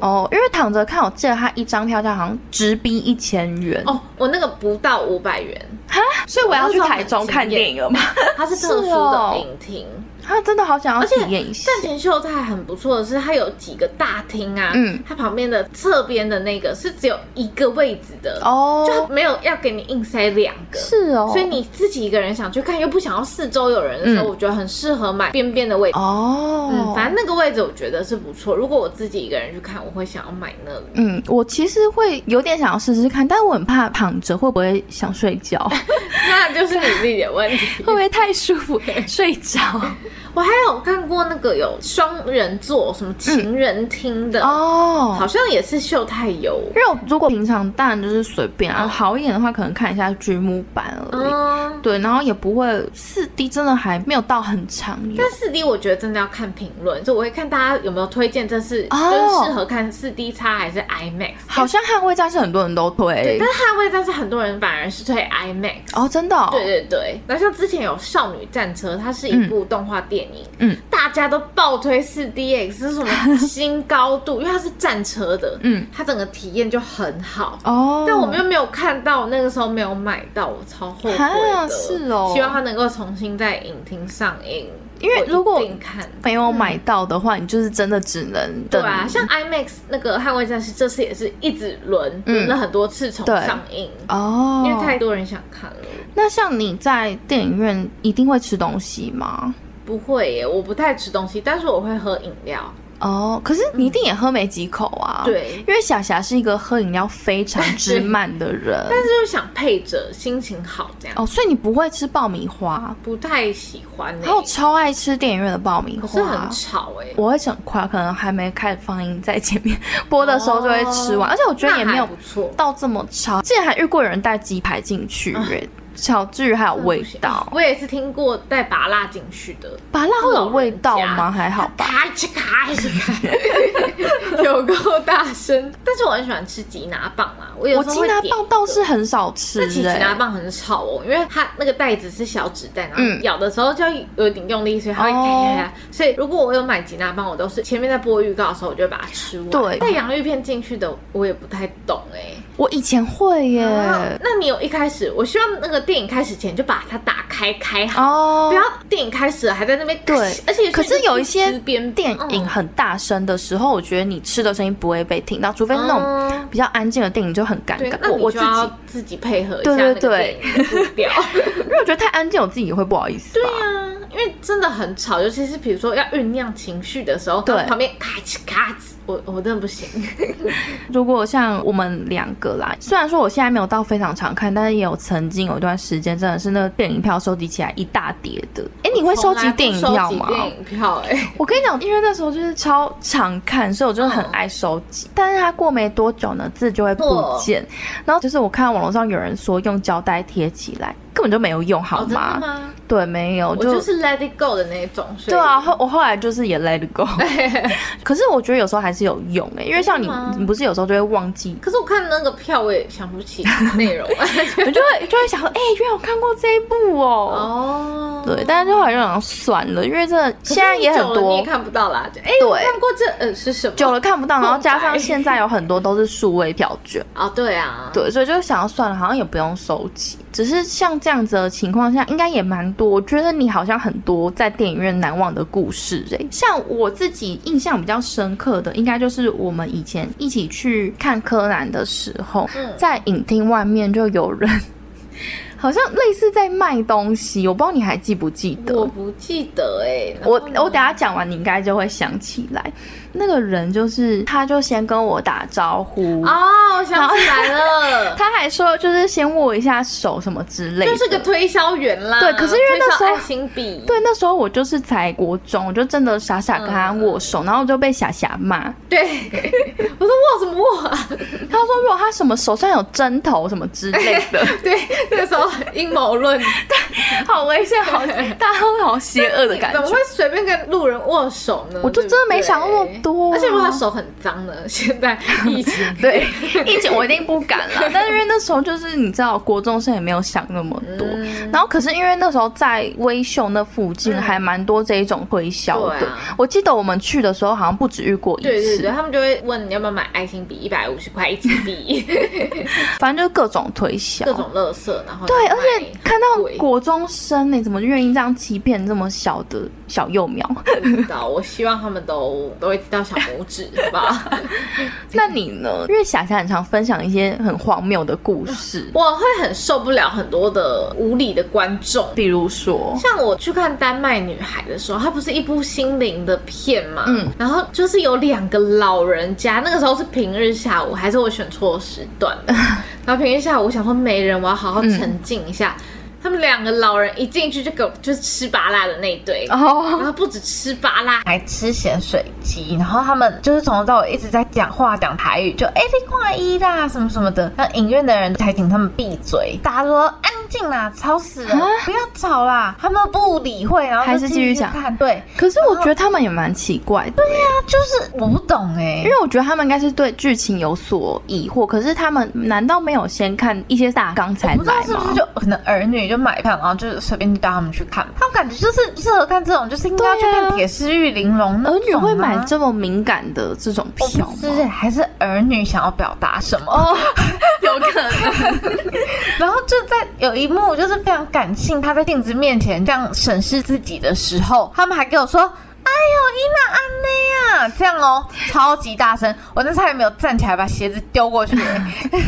[SPEAKER 2] 哦，因为躺着看，我记得它一张票价好像直逼一千元
[SPEAKER 4] 哦，我那个不到五 百元，
[SPEAKER 2] 所以我要去台中看电影了吗？
[SPEAKER 4] 它是特殊
[SPEAKER 2] 哦
[SPEAKER 4] 的影厅。
[SPEAKER 2] 他真的好想要体验一下。
[SPEAKER 4] 站前秀泰很不错的是，它有几个大厅啊，
[SPEAKER 2] 嗯
[SPEAKER 4] 它旁边的侧边的那个是只有一个位置的，
[SPEAKER 2] 哦，
[SPEAKER 4] 就没有要给你硬塞两个。
[SPEAKER 2] 是哦，
[SPEAKER 4] 所以你自己一个人想去看，又不想要四周有人的时候，
[SPEAKER 2] 嗯
[SPEAKER 4] 我觉得很适合买边边的位置。
[SPEAKER 2] 哦，
[SPEAKER 4] 嗯，反正那个位置我觉得是不错。如果我自己一个人去看，我会想要买那里。
[SPEAKER 2] 嗯，我其实会有点想要试试看，但我很怕躺着会不会想睡觉，
[SPEAKER 4] 那就是你自己的问题
[SPEAKER 2] 会。不会太舒服 睡着？
[SPEAKER 4] 我还有看过那个有双人座，什么情人厅的，
[SPEAKER 2] 哦，
[SPEAKER 4] 好像也是秀泰有。
[SPEAKER 2] 因为我如果平常当然就是随便啊，好一点的话可能看一下剧目版而已。
[SPEAKER 4] 嗯，
[SPEAKER 2] 对，然后也不会四 D，真的还没有到很长。
[SPEAKER 4] 但四 D 我觉得真的要看评论，所以我会看大家有没有推荐，这是
[SPEAKER 2] 哦
[SPEAKER 4] 就是适合看四 D 叉还是 IMAX。
[SPEAKER 2] 好像捍卫战士很多人都推
[SPEAKER 4] 但是捍卫战士很多人反而是推 IMAX。
[SPEAKER 2] 哦，真的、哦，
[SPEAKER 4] 对对对，那像之前有《少女战车》，它是一部动画电影，
[SPEAKER 2] 嗯，
[SPEAKER 4] 大家都爆推四 DX 是什 么新高度，因为它是战车的，
[SPEAKER 2] 嗯，
[SPEAKER 4] 它整个体验就很好。
[SPEAKER 2] 哦，
[SPEAKER 4] 但我们又没有看到，那个时候没有买到，我超后悔
[SPEAKER 2] 哈
[SPEAKER 4] 的。
[SPEAKER 2] 是哦
[SPEAKER 4] 希望它能够重新在影厅上映，
[SPEAKER 2] 因为
[SPEAKER 4] 我一
[SPEAKER 2] 如果
[SPEAKER 4] 定看。
[SPEAKER 2] 没有买到的话，你就是真的只能
[SPEAKER 4] 对
[SPEAKER 2] 等。
[SPEAKER 4] 啊，像 IMAX 那个《捍卫战士》，这次也是一直轮
[SPEAKER 2] 嗯
[SPEAKER 4] 轮了很多次重
[SPEAKER 2] 对
[SPEAKER 4] 上映，
[SPEAKER 2] 哦，
[SPEAKER 4] 因为太多人想看了。
[SPEAKER 2] 那像你在电影院一定会吃东西吗？
[SPEAKER 4] 不会耶，我不太吃东西，但是我会喝饮料。
[SPEAKER 2] 哦，可是你一定也喝没几口啊。
[SPEAKER 4] 嗯对
[SPEAKER 2] 因为霞霞是一个喝饮料非常 之慢的人，
[SPEAKER 4] 但是又想配着心情好这样，
[SPEAKER 2] 哦，所以你不会吃爆米花。
[SPEAKER 4] 不太喜欢、欸。
[SPEAKER 2] 然后我超爱吃电影院的爆米
[SPEAKER 4] 可
[SPEAKER 2] 花，
[SPEAKER 4] 是很吵哎、
[SPEAKER 2] 我会很快，可能还没开始放映，在前面 播的时候就会吃完，而且我觉得也没有
[SPEAKER 4] 哦那还不错啊
[SPEAKER 2] 到这么超。之前还遇过有人带鸡排进去、欸，小至于还有味道，
[SPEAKER 4] 我也是听过带拔蜡进去的，
[SPEAKER 2] 拔辣会有味道吗？还好吧。
[SPEAKER 4] 咔哧咔 哧咔，有够大声。但是我很喜欢吃吉拿棒啊，我有
[SPEAKER 2] 我
[SPEAKER 4] 时候
[SPEAKER 2] 鸡
[SPEAKER 4] 会
[SPEAKER 2] 拿
[SPEAKER 4] 点
[SPEAKER 2] 棒倒是很少吃、
[SPEAKER 4] 那其实吉拿
[SPEAKER 2] 欸，
[SPEAKER 4] 棒很吵哦，因为它那个袋子是小纸袋，然后
[SPEAKER 2] 嗯哦
[SPEAKER 4] 咬的时候就有点用力，所以它会咔咔咔。所以如果我有买吉拿棒，我都是前面在播预告的时候，我就会把它吃完。
[SPEAKER 2] 对
[SPEAKER 4] 带洋芋片进去的，我也不太懂哎、
[SPEAKER 2] 我以前会耶、
[SPEAKER 4] 啊那你有一开始，我希望那个电影开始前就把它打开开好，
[SPEAKER 2] 哦
[SPEAKER 4] 不要电影开始了还在那边
[SPEAKER 2] 对
[SPEAKER 4] 咔而且
[SPEAKER 2] 可是有一些
[SPEAKER 4] 就是边嗯
[SPEAKER 2] 电影很大声的时候，我觉得你吃的声音不会被听到，除非那种
[SPEAKER 4] 嗯
[SPEAKER 2] 比较安静的电影就很尴
[SPEAKER 4] 对，
[SPEAKER 2] 尬。
[SPEAKER 4] 那
[SPEAKER 2] 我
[SPEAKER 4] 你
[SPEAKER 2] 我
[SPEAKER 4] 就
[SPEAKER 2] 自
[SPEAKER 4] 要
[SPEAKER 2] 己，
[SPEAKER 4] 自己配合一下
[SPEAKER 2] 对
[SPEAKER 4] 那个
[SPEAKER 2] 对
[SPEAKER 4] 电
[SPEAKER 2] 对
[SPEAKER 4] 影的步调。
[SPEAKER 2] 因为我觉得太安静，我自己也会不好意思吧。
[SPEAKER 4] 对啊，因为真的很吵，尤其是比如说要酝酿情绪的时候，
[SPEAKER 2] 对
[SPEAKER 4] 旁边咔哧咔哧，我我真的不行。
[SPEAKER 2] 如果像我们两个啦，虽然说我现在没有到非常常看，但是也有曾经有一段时间，真的是那个电影票收集起来一大叠的。哎、你 会收集电影票
[SPEAKER 4] 从来
[SPEAKER 2] 吗
[SPEAKER 4] 不？收集电影票哎、
[SPEAKER 2] 我跟你讲，因为那时候就是超常看，所以我真的很爱收
[SPEAKER 3] 嗯
[SPEAKER 2] 集。但是它过没多久呢，字就会不见。然后就是我看网络上有人说用胶带贴起来，根本就没有用，好
[SPEAKER 3] 哦，真
[SPEAKER 2] 吗？
[SPEAKER 3] 的吗？
[SPEAKER 2] 对，没有，
[SPEAKER 3] 我
[SPEAKER 2] 就
[SPEAKER 3] 就是 let it go 的那种，所以
[SPEAKER 2] 对啊，，后我后来就是也 let it go，可是我觉得有时候还是有用诶、因为像你
[SPEAKER 3] 真的吗，
[SPEAKER 2] 你不是有时候就会忘记，
[SPEAKER 3] 可是我看那个票，我也想不起内 容。
[SPEAKER 2] 我就会就会想说，哎、原来我看过这一部
[SPEAKER 3] 哦，
[SPEAKER 2] 哦、对，但是就好像想算了，因为这
[SPEAKER 3] 可是
[SPEAKER 2] 现在也很
[SPEAKER 3] 你久了你
[SPEAKER 2] 多
[SPEAKER 3] 也，看不到啦。就哎，
[SPEAKER 2] 对
[SPEAKER 3] 我看过这呃是什么？
[SPEAKER 2] 久了看不到，然后加
[SPEAKER 3] 空
[SPEAKER 2] 上
[SPEAKER 3] 白
[SPEAKER 2] 现在有很多都是数位票券，
[SPEAKER 3] 哦，对啊，
[SPEAKER 2] 对，所以就想要算了，好像也不用收集。只是像这样子的情况下，应该也蛮多。我觉得你好像很多在电影院难忘的故事诶、像我自己印象比较深刻的，应该就是我们以前一起去看柯南的时候，
[SPEAKER 3] 嗯
[SPEAKER 2] 在影厅外面就有人。 好像类似在卖东西，我不知道你还记不记得？
[SPEAKER 3] 我不记得哎、
[SPEAKER 2] 我
[SPEAKER 3] 然后呢
[SPEAKER 2] 我等下讲完，你应该就会想起来。那个人就是，他就先跟我打招呼，
[SPEAKER 3] 哦，我想起来 了，
[SPEAKER 2] 他还说就是先握一下手什么之类的。
[SPEAKER 3] 就是个推销员啦。
[SPEAKER 2] 对可是因为那时候
[SPEAKER 3] 推销爱心笔，
[SPEAKER 2] 对，那时候我就是才国中，我就真的傻傻跟他
[SPEAKER 3] 嗯
[SPEAKER 2] 握手，然后我就被霞霞骂。
[SPEAKER 3] 对，我说握什么握啊？
[SPEAKER 2] 他说如果他什么手上有针头什么之类 的，
[SPEAKER 3] 对，那个时候阴谋 论，怎
[SPEAKER 2] 好危险，好大家都好邪恶的感
[SPEAKER 3] 么
[SPEAKER 2] 觉
[SPEAKER 3] 会。随便跟路人握手呢？
[SPEAKER 2] 我就
[SPEAKER 3] 对不对
[SPEAKER 2] 真的没想那么多啊，
[SPEAKER 3] 而且如果他手很脏呢？现在疫情
[SPEAKER 2] 对， 一起我一定不敢了。但是因为那时候就是你知道，国中生也没有想那么多。
[SPEAKER 3] 嗯
[SPEAKER 2] 然后可是因为那时候在微秀那附近还蛮多这一种推销的，
[SPEAKER 3] 对啊
[SPEAKER 2] 我记得我们去的时候好像不止遇过一次，
[SPEAKER 3] 对对对，他们就会问你要不要买爱心笔，一百五十块一支 笔，
[SPEAKER 2] 反正就是各种推销。
[SPEAKER 3] 各种垃圾，然后
[SPEAKER 2] 对，
[SPEAKER 3] 你买
[SPEAKER 2] 而且看到
[SPEAKER 3] 贵
[SPEAKER 2] 国中生，你怎么愿意这样欺骗这么小的小幼苗？
[SPEAKER 3] 不知道，我希望他们都都会知道小拇指，好不好？
[SPEAKER 2] 那你呢？因为霞霞很常分享一些很荒谬的故 事，
[SPEAKER 3] 我会很受不了很多的无理的观众。
[SPEAKER 2] 比如说，
[SPEAKER 3] 像我去看《丹麦女孩》的时候，它不是一部心灵的片嘛，
[SPEAKER 2] 嗯
[SPEAKER 3] 嗯，然后就是有两个老人家，那个时候是平日下午，还是我选错时段了？然后平日下午，我想说没人，我要好好沉浸一下。他们两个老人一进去就给我就是吃拔辣的那一对，然
[SPEAKER 2] 哦，
[SPEAKER 3] 后不止吃拔辣，
[SPEAKER 4] 还吃咸水鸡，然后他们就是从头到尾一直在讲话讲台语，就哎你挂一啦什么什么的，那影院的人才请他们闭嘴，大家说安静啦，吵死了
[SPEAKER 2] 啊，
[SPEAKER 4] 不要吵啦，他们不理会，然后就
[SPEAKER 2] 还是继续讲
[SPEAKER 4] 看，对，
[SPEAKER 2] 可是我觉得他们也蛮奇怪的，
[SPEAKER 4] 那就是我不懂哎、
[SPEAKER 2] 因为我觉得他们应该是对剧情有所疑惑，可是他们难道没有先看一些大纲才
[SPEAKER 4] 我不知道
[SPEAKER 2] 来
[SPEAKER 4] 是不
[SPEAKER 2] 吗
[SPEAKER 4] 是？就可能儿女就买票，然后就随便带他们去看，他们感觉就是适合看这种，就是应该要去
[SPEAKER 2] 对啊
[SPEAKER 4] 看《铁狮玉玲珑》那
[SPEAKER 2] 儿
[SPEAKER 4] 种、啊
[SPEAKER 2] 女会买？这么敏感的这种
[SPEAKER 4] 我
[SPEAKER 2] 票
[SPEAKER 4] 不知道哎
[SPEAKER 2] 吗？
[SPEAKER 4] 还是儿女想要表达什么？
[SPEAKER 2] 哦，有可能。
[SPEAKER 4] 然后就在有一幕，就是非常感性，他在镜子面前这样审视自己的时候，他们还给我说：“哎呦，伊娜安内啊！”这样哦， 超级大声，我那差点没有站起来把鞋子丢过去，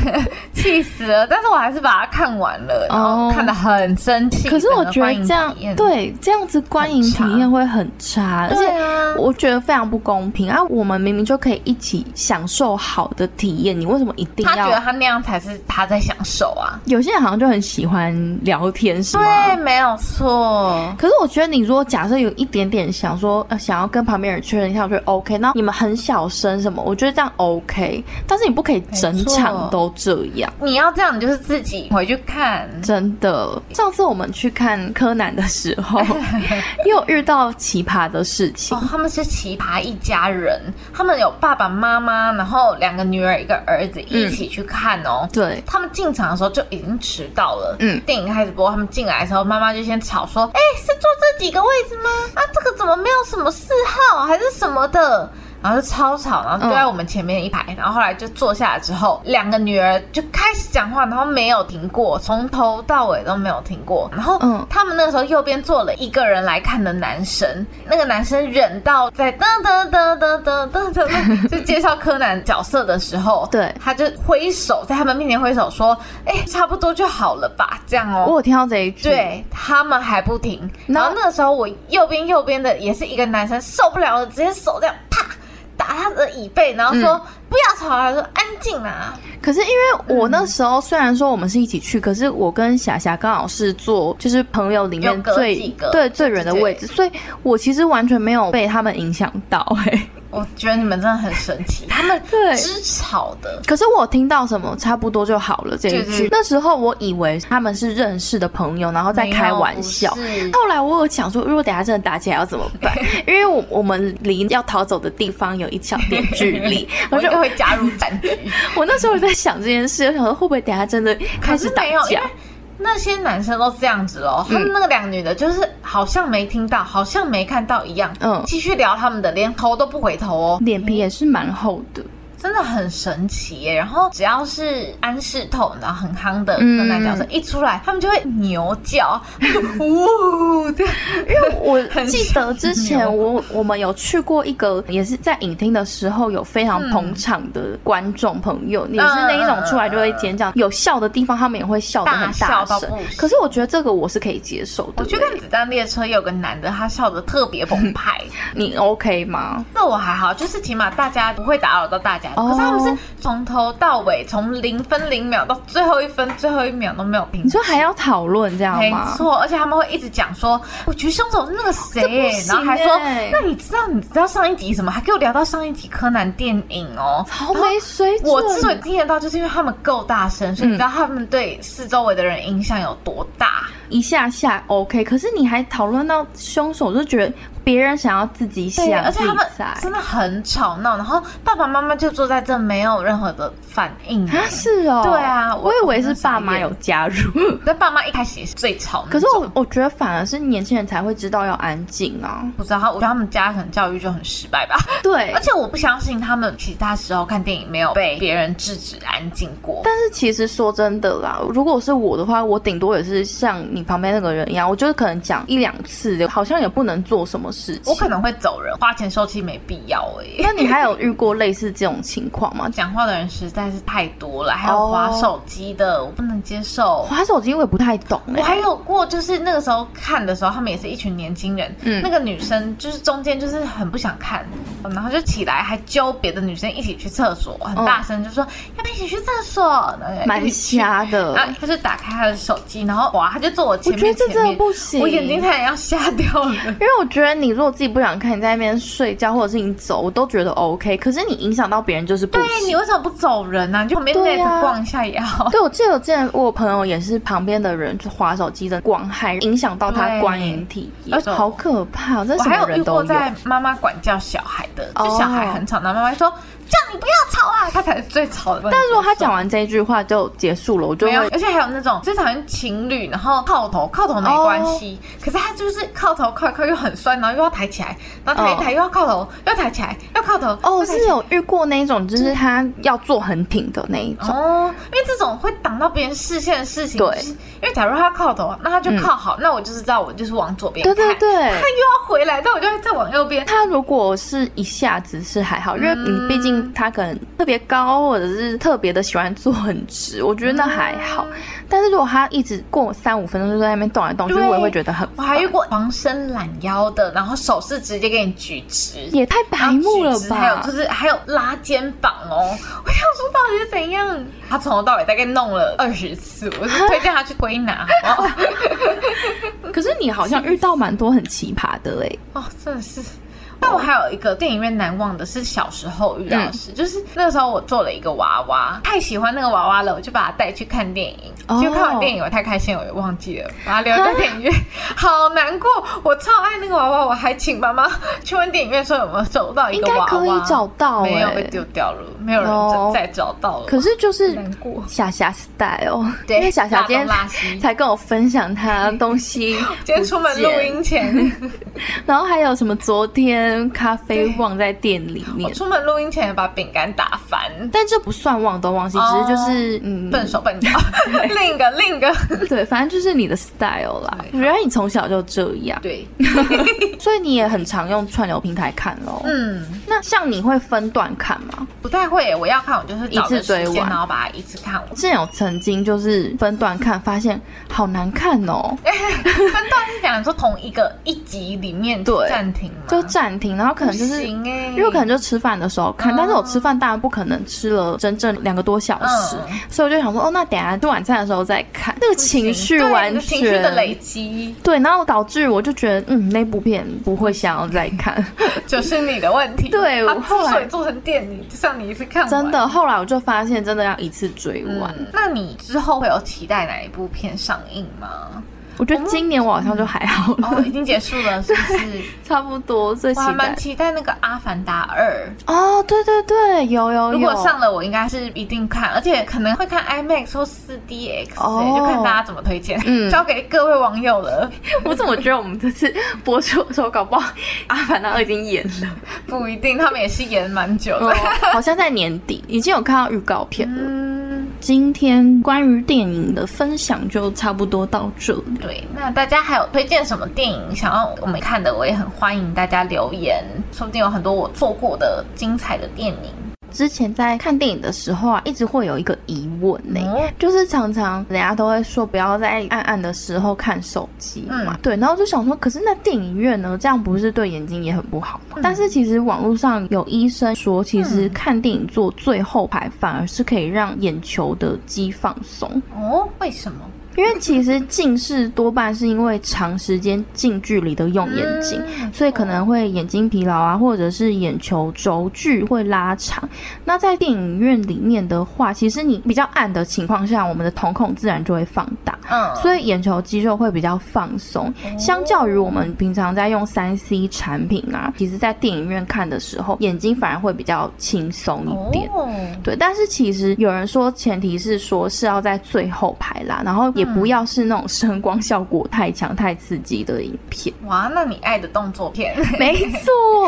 [SPEAKER 4] 气死了！但是我还是把它看完了，然后
[SPEAKER 2] 哦
[SPEAKER 4] 看得很生气。
[SPEAKER 2] 可是我
[SPEAKER 4] 整个
[SPEAKER 2] 觉得
[SPEAKER 4] 观影
[SPEAKER 2] 这样
[SPEAKER 4] 体验，
[SPEAKER 2] 对这样子观影体验会很差，而
[SPEAKER 4] 对
[SPEAKER 2] 且
[SPEAKER 4] 啊
[SPEAKER 2] 我觉得非常不公平啊！我们明明就可以一起享受好的体验，你为什么一定
[SPEAKER 4] 他觉得
[SPEAKER 2] 要？
[SPEAKER 4] 他那样才是他在享受啊。
[SPEAKER 2] 有些人好像就很喜欢聊天，是
[SPEAKER 4] 对，
[SPEAKER 2] 吗？
[SPEAKER 4] 没有错。
[SPEAKER 2] 可是我觉得，你如果假设有一点点想说，呃，想要跟旁边人确认一下，我觉得 OK。那你们很小声什么，我觉得这样 OK。但是你不可以整场都这样。
[SPEAKER 4] 你要这样，你就是自己回去看。
[SPEAKER 2] 真的，上次我们去看柯南的时候，又遇到奇葩的事情
[SPEAKER 4] 哦。，他们是奇葩一家人，他们有爸爸妈妈，然后两个女儿一个儿子一起去看哦。
[SPEAKER 2] 对，
[SPEAKER 4] 他们进场的时候就已经迟到了。
[SPEAKER 2] 嗯
[SPEAKER 4] 电影开始播，他们进来的时候，妈妈就先吵说：“哎、是坐这几个位置吗？
[SPEAKER 2] 嗯
[SPEAKER 4] 啊，这个怎么没有什么四号还是什么的？”然后就超吵，然后
[SPEAKER 2] 嗯
[SPEAKER 4] 就在我们前面一排，然后后来就坐下来之后，两个女儿就开始讲话，然后没有停过，从头到尾都没有停过。然后，
[SPEAKER 2] 嗯
[SPEAKER 4] 他们那个时候右边坐了一个人来看的男生，那个男生忍到在噔噔噔噔噔噔噔噔就介绍柯南角色的时候，
[SPEAKER 2] 对
[SPEAKER 4] 他就挥手在他们面前挥手说：“哎、差不多就好了吧？”这样
[SPEAKER 2] 我
[SPEAKER 4] 哦。
[SPEAKER 2] 有听到这一句，，
[SPEAKER 4] 对他们还不停，
[SPEAKER 2] 然
[SPEAKER 4] 然
[SPEAKER 2] 后
[SPEAKER 4] 后那个时候我右边右边的也是一个男生受不了了，直接手这样啪打他的椅背，然后说、
[SPEAKER 2] 嗯
[SPEAKER 4] 不要吵啊，说安静啊，
[SPEAKER 2] 可是因为我那时候虽然说我们是一起去，可是我跟霞霞刚好是坐就是朋友里面
[SPEAKER 4] 有隔
[SPEAKER 2] 最
[SPEAKER 4] 几个
[SPEAKER 2] 对最远的位置，所以我其实完全没有被他们影响到、哎，
[SPEAKER 4] 我觉得你们真的很神 奇，他们
[SPEAKER 2] 对
[SPEAKER 4] 之吵的，
[SPEAKER 2] 可是我听到什么差不多就好了这一
[SPEAKER 4] 对
[SPEAKER 2] 句
[SPEAKER 4] 对，
[SPEAKER 2] 那时候我以为他们是认识的朋友，然后在开玩笑
[SPEAKER 4] 没。有不是
[SPEAKER 2] 后来我有想说，如果等一下真的打起来要怎么 办？因为我我们离要逃走的地方有一小点距 离，
[SPEAKER 4] 我
[SPEAKER 2] 我
[SPEAKER 4] 就
[SPEAKER 2] 就
[SPEAKER 4] 会加入战局。
[SPEAKER 2] 我那时候有在想这件事，我想说会不会等一下真的开
[SPEAKER 4] 可
[SPEAKER 2] 始
[SPEAKER 4] 是
[SPEAKER 2] 打
[SPEAKER 4] 没有，因
[SPEAKER 2] 架嗯
[SPEAKER 4] 为？那些男生都这样子咯，他们那个两个女的，就是好像没听到，好像没看到一样，
[SPEAKER 2] 嗯
[SPEAKER 4] 继续聊他们的，连头都不回头哦，
[SPEAKER 2] 脸皮也是蛮厚的，
[SPEAKER 4] 真的很神奇耶。然后只要是安室透，然后很夯的
[SPEAKER 2] 嗯
[SPEAKER 4] 那男角色、一出来，他们就会牛叫， 就呜这样，
[SPEAKER 2] 我
[SPEAKER 4] 很
[SPEAKER 2] 记得之前我我们有去过一个，也是在影厅的时候有非常捧场的观众朋
[SPEAKER 4] 嗯
[SPEAKER 2] 友，也是那一种出来就会尖叫，有笑的地方他们也会笑得很
[SPEAKER 4] 大笑到
[SPEAKER 2] 声
[SPEAKER 4] 不行。
[SPEAKER 2] 可是我觉得这个我是可以接受的，
[SPEAKER 4] 我去看《子弹列车》，有个男的，他笑得特别澎 湃。
[SPEAKER 2] 你 OK 吗？
[SPEAKER 4] 那我还好，就是起码大家不会打扰到大家。
[SPEAKER 2] 哦
[SPEAKER 4] 可是他们是从头到尾，从零分零秒到最后一分最后一秒都没有停
[SPEAKER 2] 你。说还要讨论这样
[SPEAKER 4] 没
[SPEAKER 2] 吗？
[SPEAKER 4] 错，而且他们会一直讲说，我觉得凶手是那个谁、
[SPEAKER 2] 行
[SPEAKER 4] 然后还说
[SPEAKER 2] 欸，
[SPEAKER 4] 那你知道你知道上一集什么？还给我聊到上一集柯南电影哦。
[SPEAKER 2] 好没水准！
[SPEAKER 4] 我之所以听得到，就是因为他们够大声，所以
[SPEAKER 2] 嗯
[SPEAKER 4] 你知道他们对四周围的人影响有多大。
[SPEAKER 2] 一下下 OK，可是你还讨论到凶手，就觉得别人想要自己想
[SPEAKER 4] 对，，而
[SPEAKER 2] 自
[SPEAKER 4] 且
[SPEAKER 2] 己
[SPEAKER 4] 他们
[SPEAKER 2] 猜
[SPEAKER 4] 真的很吵闹，然后爸爸妈妈就坐在这，没有任何的反应。
[SPEAKER 2] 啊是哦，
[SPEAKER 4] 对啊
[SPEAKER 2] 我
[SPEAKER 4] 我
[SPEAKER 2] 以为是
[SPEAKER 4] 我
[SPEAKER 2] 爸妈
[SPEAKER 4] 傻眼
[SPEAKER 2] 有加入。
[SPEAKER 4] 但爸妈一开始也是最吵的那
[SPEAKER 2] 可
[SPEAKER 4] 种，
[SPEAKER 2] 是我我觉得反而是年轻人才会知道要安静啊。
[SPEAKER 4] 不知道，我觉得他们家可能教育就很失败吧。
[SPEAKER 2] 对
[SPEAKER 4] 而，且我不相信他们其他时候看电影没有被别人制止安静过。
[SPEAKER 2] 但是其实说真的啦，如果是我的话，我顶多也是像你旁边那个人一样，我就是可能讲一两次，好像也不能做什么事情。
[SPEAKER 4] 我可能会走人，花钱收气没必要哎、
[SPEAKER 2] 那你还有遇过类似这种情况吗？
[SPEAKER 4] 讲话的人实在是太多了，还有滑手机的，
[SPEAKER 2] 哦
[SPEAKER 4] 我不能接受。
[SPEAKER 2] 滑手机我也不太懂哎、
[SPEAKER 4] 我还有过，就是那个时候看的时候，他们也是一群年轻人，
[SPEAKER 2] 嗯
[SPEAKER 4] 那个女生就是中间就是很不想看，然后就起来还揪别的女生一起去厕所，很大声就说、要不要一起去厕所，然后
[SPEAKER 2] 哦蛮
[SPEAKER 4] 一起去
[SPEAKER 2] 瞎的。啊
[SPEAKER 4] 然后他就打开他的手机，然后哇，他就坐我前
[SPEAKER 2] 我觉得
[SPEAKER 4] 面，
[SPEAKER 2] 这
[SPEAKER 4] 前
[SPEAKER 2] 真的
[SPEAKER 4] 面
[SPEAKER 2] 不行，
[SPEAKER 4] 我眼睛差点要瞎 掉了。
[SPEAKER 2] 因为我觉得你如果自己不想看，你在那边睡觉或者是你走，我都觉得 OK。可是你影响到别人就是不
[SPEAKER 4] 对，
[SPEAKER 2] 行。
[SPEAKER 4] 啊你为什么不走人呢、你就旁边
[SPEAKER 2] 对
[SPEAKER 4] net
[SPEAKER 2] 啊
[SPEAKER 4] 逛一下也好。
[SPEAKER 2] 对，我记得我之前我有朋友也是旁边的人就滑手机的光害，影响到他
[SPEAKER 4] 对
[SPEAKER 2] 观影体验
[SPEAKER 4] 而，且
[SPEAKER 2] 好可怕！这
[SPEAKER 4] 我
[SPEAKER 2] 什
[SPEAKER 4] 还
[SPEAKER 2] 么
[SPEAKER 4] 有遇
[SPEAKER 2] 人都
[SPEAKER 4] 过
[SPEAKER 2] 有。
[SPEAKER 4] 在妈妈管教小孩的，就
[SPEAKER 2] 哦
[SPEAKER 4] 小孩很吵，然后妈妈说叫你不要吵啊，他才是最吵的。
[SPEAKER 2] 但是如果他讲完这一句话就结束了，我就
[SPEAKER 4] 没有，
[SPEAKER 2] 会
[SPEAKER 4] 而且还有那种最讨厌情侣，然
[SPEAKER 2] 哦
[SPEAKER 4] 后靠头，靠头没关系，可是他就是靠头靠一靠又很酸，然后又要抬起来，然后抬一抬又要靠头，又要抬起来，又靠头，
[SPEAKER 2] 哦，
[SPEAKER 4] 又抬起来
[SPEAKER 2] 是有遇过那一种，就是他要坐很挺的那一种。
[SPEAKER 4] 哦，因为这种会挡到别人视线的事情，
[SPEAKER 2] 对嗯
[SPEAKER 4] 就是因为假如他靠头，那他就靠好，那我就知道我就是往左边
[SPEAKER 2] 对
[SPEAKER 4] 看，
[SPEAKER 2] 对对。
[SPEAKER 4] 他又要回来，那我就会再往右边。
[SPEAKER 2] 他如果是一下子是还好，因为
[SPEAKER 4] 嗯
[SPEAKER 2] 你毕竟他可能特别高，或者是特别的喜欢坐很直，我觉得那还
[SPEAKER 4] 嗯
[SPEAKER 2] 好。但是如果他一直过三五分钟就在那边动来动去，
[SPEAKER 4] 对
[SPEAKER 2] 我也会觉得很
[SPEAKER 4] 我
[SPEAKER 2] 烦。
[SPEAKER 4] 还遇过防身懒腰的，然后手是直接给你举直，
[SPEAKER 2] 也太白目了
[SPEAKER 4] 然后举直
[SPEAKER 2] 吧？
[SPEAKER 4] 还有就是还有拉肩膀哦， 我想说到底是怎样？他从头到尾大概弄了二十次，我是推荐他去归纳，好不好
[SPEAKER 2] 可是你好像遇到蛮多很奇葩的哎、
[SPEAKER 4] 哦，真的是。但我还有一个电影院难忘的是小时候遇到
[SPEAKER 2] 嗯
[SPEAKER 4] 的事，就是那个时候我做了一个娃娃，太喜欢那个娃娃了，我就把它带去看电影。
[SPEAKER 2] 哦啊
[SPEAKER 4] 结果看完电影我太开心了，我也忘记了，把它留在电影院， 好难过。我超爱那个娃娃，我还请妈妈去问电影院说有没有找到一
[SPEAKER 2] 应
[SPEAKER 4] 个
[SPEAKER 2] 该
[SPEAKER 4] 娃娃，
[SPEAKER 2] 可以找到
[SPEAKER 4] 没
[SPEAKER 2] 哎、
[SPEAKER 4] 有被丢掉了，没有人
[SPEAKER 2] 哦
[SPEAKER 4] 再再找到了。
[SPEAKER 2] 可是就是
[SPEAKER 4] 难过
[SPEAKER 2] 霞霞 style，哦
[SPEAKER 4] 对
[SPEAKER 2] 因为霞霞今天
[SPEAKER 4] 大东大西
[SPEAKER 2] 才跟我分享她东西
[SPEAKER 4] 今天出门录音前，
[SPEAKER 2] 然后还有什么昨天咖啡忘在店里
[SPEAKER 4] 我
[SPEAKER 2] 面，
[SPEAKER 4] 出门录音前把饼干打 翻，
[SPEAKER 2] 但这不算忘东忘西，只
[SPEAKER 4] 哦
[SPEAKER 2] 是就是嗯，
[SPEAKER 4] 笨手笨脚。另一个，另一个，
[SPEAKER 2] 对，反正就是你的 style 啦。我觉得你从小就这样，
[SPEAKER 4] 对，
[SPEAKER 2] 所以你也很常用串流平台看咯。
[SPEAKER 4] 嗯。
[SPEAKER 2] 那像你会分段看吗？
[SPEAKER 4] 不太会耶，我要看我就是找
[SPEAKER 2] 一次
[SPEAKER 4] 个
[SPEAKER 2] 追
[SPEAKER 4] 时
[SPEAKER 2] 完
[SPEAKER 4] 间，然后把它一次看完。
[SPEAKER 2] 之前有曾经就是分段看，发现好难看哦，
[SPEAKER 4] 哎分段是讲说同一个一集里 面
[SPEAKER 2] 对
[SPEAKER 4] 暂停吗？
[SPEAKER 2] 就暂餐厅，然后可能就是
[SPEAKER 4] 不行嗯欸
[SPEAKER 2] 因为我可能就吃饭的时候看，但是我吃饭当然不可能吃了整整两个多小时，
[SPEAKER 4] 嗯
[SPEAKER 2] 所以我就想说，哦，那等一下吃晚餐的时候再看，那个情绪
[SPEAKER 4] 对
[SPEAKER 2] 完全
[SPEAKER 4] 你的情绪的累积
[SPEAKER 2] 对，然后导致我就觉得，嗯，那部片不会想要再 看。
[SPEAKER 4] 就是你的问题。
[SPEAKER 2] 对
[SPEAKER 4] 它
[SPEAKER 2] 我后来
[SPEAKER 4] 之所以做成电影，就像你一次看完
[SPEAKER 2] 真的，后来我就发现，真的要一次追完。
[SPEAKER 4] 嗯。那你之后会有期待哪一部片上映 吗？
[SPEAKER 2] 我觉得今年我好像就还好了，
[SPEAKER 4] 哦，已经结束了，是不是？
[SPEAKER 2] 差不多最期
[SPEAKER 4] 我还蛮
[SPEAKER 2] 待。
[SPEAKER 4] 期待那个《阿凡达二
[SPEAKER 2] 哦，对对对，有有有。》，
[SPEAKER 4] 如果上了我应该是一定看，而且可能会看 IMAX 或 4DX，、
[SPEAKER 2] 哦
[SPEAKER 4] 欸就看大家怎么推荐，
[SPEAKER 2] 嗯
[SPEAKER 4] 交给各位网友了。
[SPEAKER 2] 我怎么觉得我们这次播出的时候，搞不好《阿凡达二》已经演了、
[SPEAKER 4] 不一定，他们也是演蛮久的。
[SPEAKER 2] 哦，好像在年底已经有看到预告片了。
[SPEAKER 4] 嗯，
[SPEAKER 2] 今天关于电影的分享就差不多到这里。
[SPEAKER 4] 对。那大家还有推荐什么电影想要我们看的？我也很欢迎大家留言，说不定有很多我错过的精彩的电影。
[SPEAKER 2] 之前在看电影的时候啊，一直会有一个疑问呢、
[SPEAKER 4] 哦
[SPEAKER 2] 就是常常人家都会说不要在暗暗的时候看手机嘛，
[SPEAKER 4] 嗯
[SPEAKER 2] 对，然后就想说，可是那电影院呢，这样不是对眼睛也很不好
[SPEAKER 4] 嗯
[SPEAKER 2] 吗？但是其实网络上有医生说，其实看电影坐最后排反而是可以让眼球的肌放松，
[SPEAKER 4] 哦，为什么？
[SPEAKER 2] 因为其实近视多半是因为长时间近距离的用眼睛。
[SPEAKER 4] 嗯
[SPEAKER 2] 所以可能会眼睛疲劳啊，或者是眼球轴距会拉长。那在电影院里面的话，其实你比较暗的情况下，我们的瞳孔自然就会放大，
[SPEAKER 4] 嗯，
[SPEAKER 2] 所以眼球肌肉会比较放松。相较于我们平常在用三 C 产品啊，其实在电影院看的时候，眼睛反而会比较轻松一点。
[SPEAKER 4] 哦，
[SPEAKER 2] 对，但是其实有人说，前提是说是要在最后排啦，然后也不要是那种声光效果太强、太刺激的影片。
[SPEAKER 4] 哇，那你爱的动作片，
[SPEAKER 2] 没错，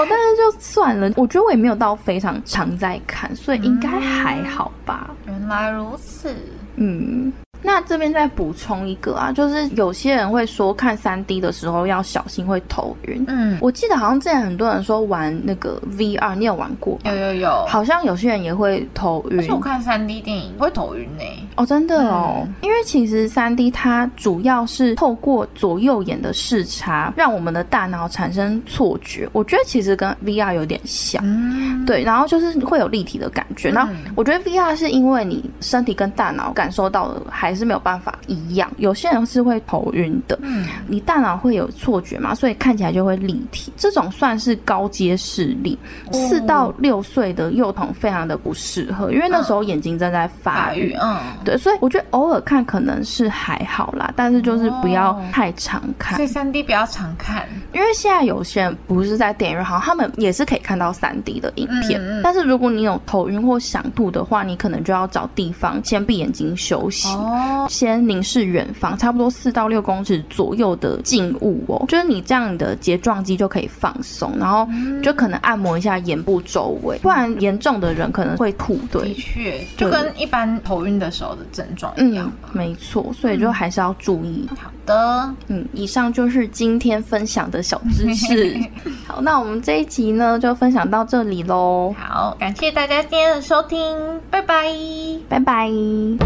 [SPEAKER 2] 但是就算了，我觉得我也没有到非常常在看，所以应该还好吧。
[SPEAKER 4] 原来如此。
[SPEAKER 2] 嗯。那这边再补充一个啊，就是有些人会说看三 D 的时候要小心会头晕。
[SPEAKER 4] 嗯，
[SPEAKER 2] 我记得好像之前很多人说玩那个 VR，你有玩过吧
[SPEAKER 4] 有有有，
[SPEAKER 2] 好像有些人也会头
[SPEAKER 4] 而
[SPEAKER 2] 晕
[SPEAKER 4] 且我看嗯三 D 电影会头晕呢、
[SPEAKER 2] 哦，真的哦，因为其实三 D 它主要是透过左右眼的视差，让我们的大脑产生错觉。我觉得其实跟 VR 有点像。
[SPEAKER 4] 嗯，
[SPEAKER 2] 对，然后就是会有立体的感觉。然后我觉得 VR 是因为你身体跟大脑感受到的还是没有办法一样，有些人是会头晕的，
[SPEAKER 4] 嗯，
[SPEAKER 2] 你大脑会有错觉嘛，所以看起来就会立体。这种算是高阶视力，四到六岁的幼童非常的不适合，因为那时候眼睛正在发
[SPEAKER 4] 法
[SPEAKER 2] 育
[SPEAKER 4] 语，。嗯，
[SPEAKER 2] 对，所以我觉得偶尔看可能是还好啦，但是就是不要
[SPEAKER 4] 哦
[SPEAKER 2] 太常看
[SPEAKER 4] 所，以三 D 不要常看，
[SPEAKER 2] 因为现在有些人不是在电影院，好像他们也是可以看到三 D 的影片，
[SPEAKER 4] 嗯嗯
[SPEAKER 2] 但是如果你有头晕或想吐的话，你可能就要找地方先闭眼睛休息。
[SPEAKER 4] 哦，
[SPEAKER 2] 先凝视远方，差不多四到六公尺左右的静物哦，就是你这样的睫状肌就可以放松，然后
[SPEAKER 4] 嗯
[SPEAKER 2] 就可能按摩一下眼部周围，不然严重的人可能会吐。
[SPEAKER 4] 的
[SPEAKER 2] 对，
[SPEAKER 4] 确，就跟一般头晕的时候的症状一样
[SPEAKER 2] 嗯
[SPEAKER 4] 吧。，
[SPEAKER 2] 没错，所以就还是要注意。
[SPEAKER 4] 好的，
[SPEAKER 2] 嗯，以上就是今天分享的小知识。好，那我们这一集呢就分享到这里喽，
[SPEAKER 4] 好，感谢大家今天的收听，拜拜。
[SPEAKER 2] 拜拜。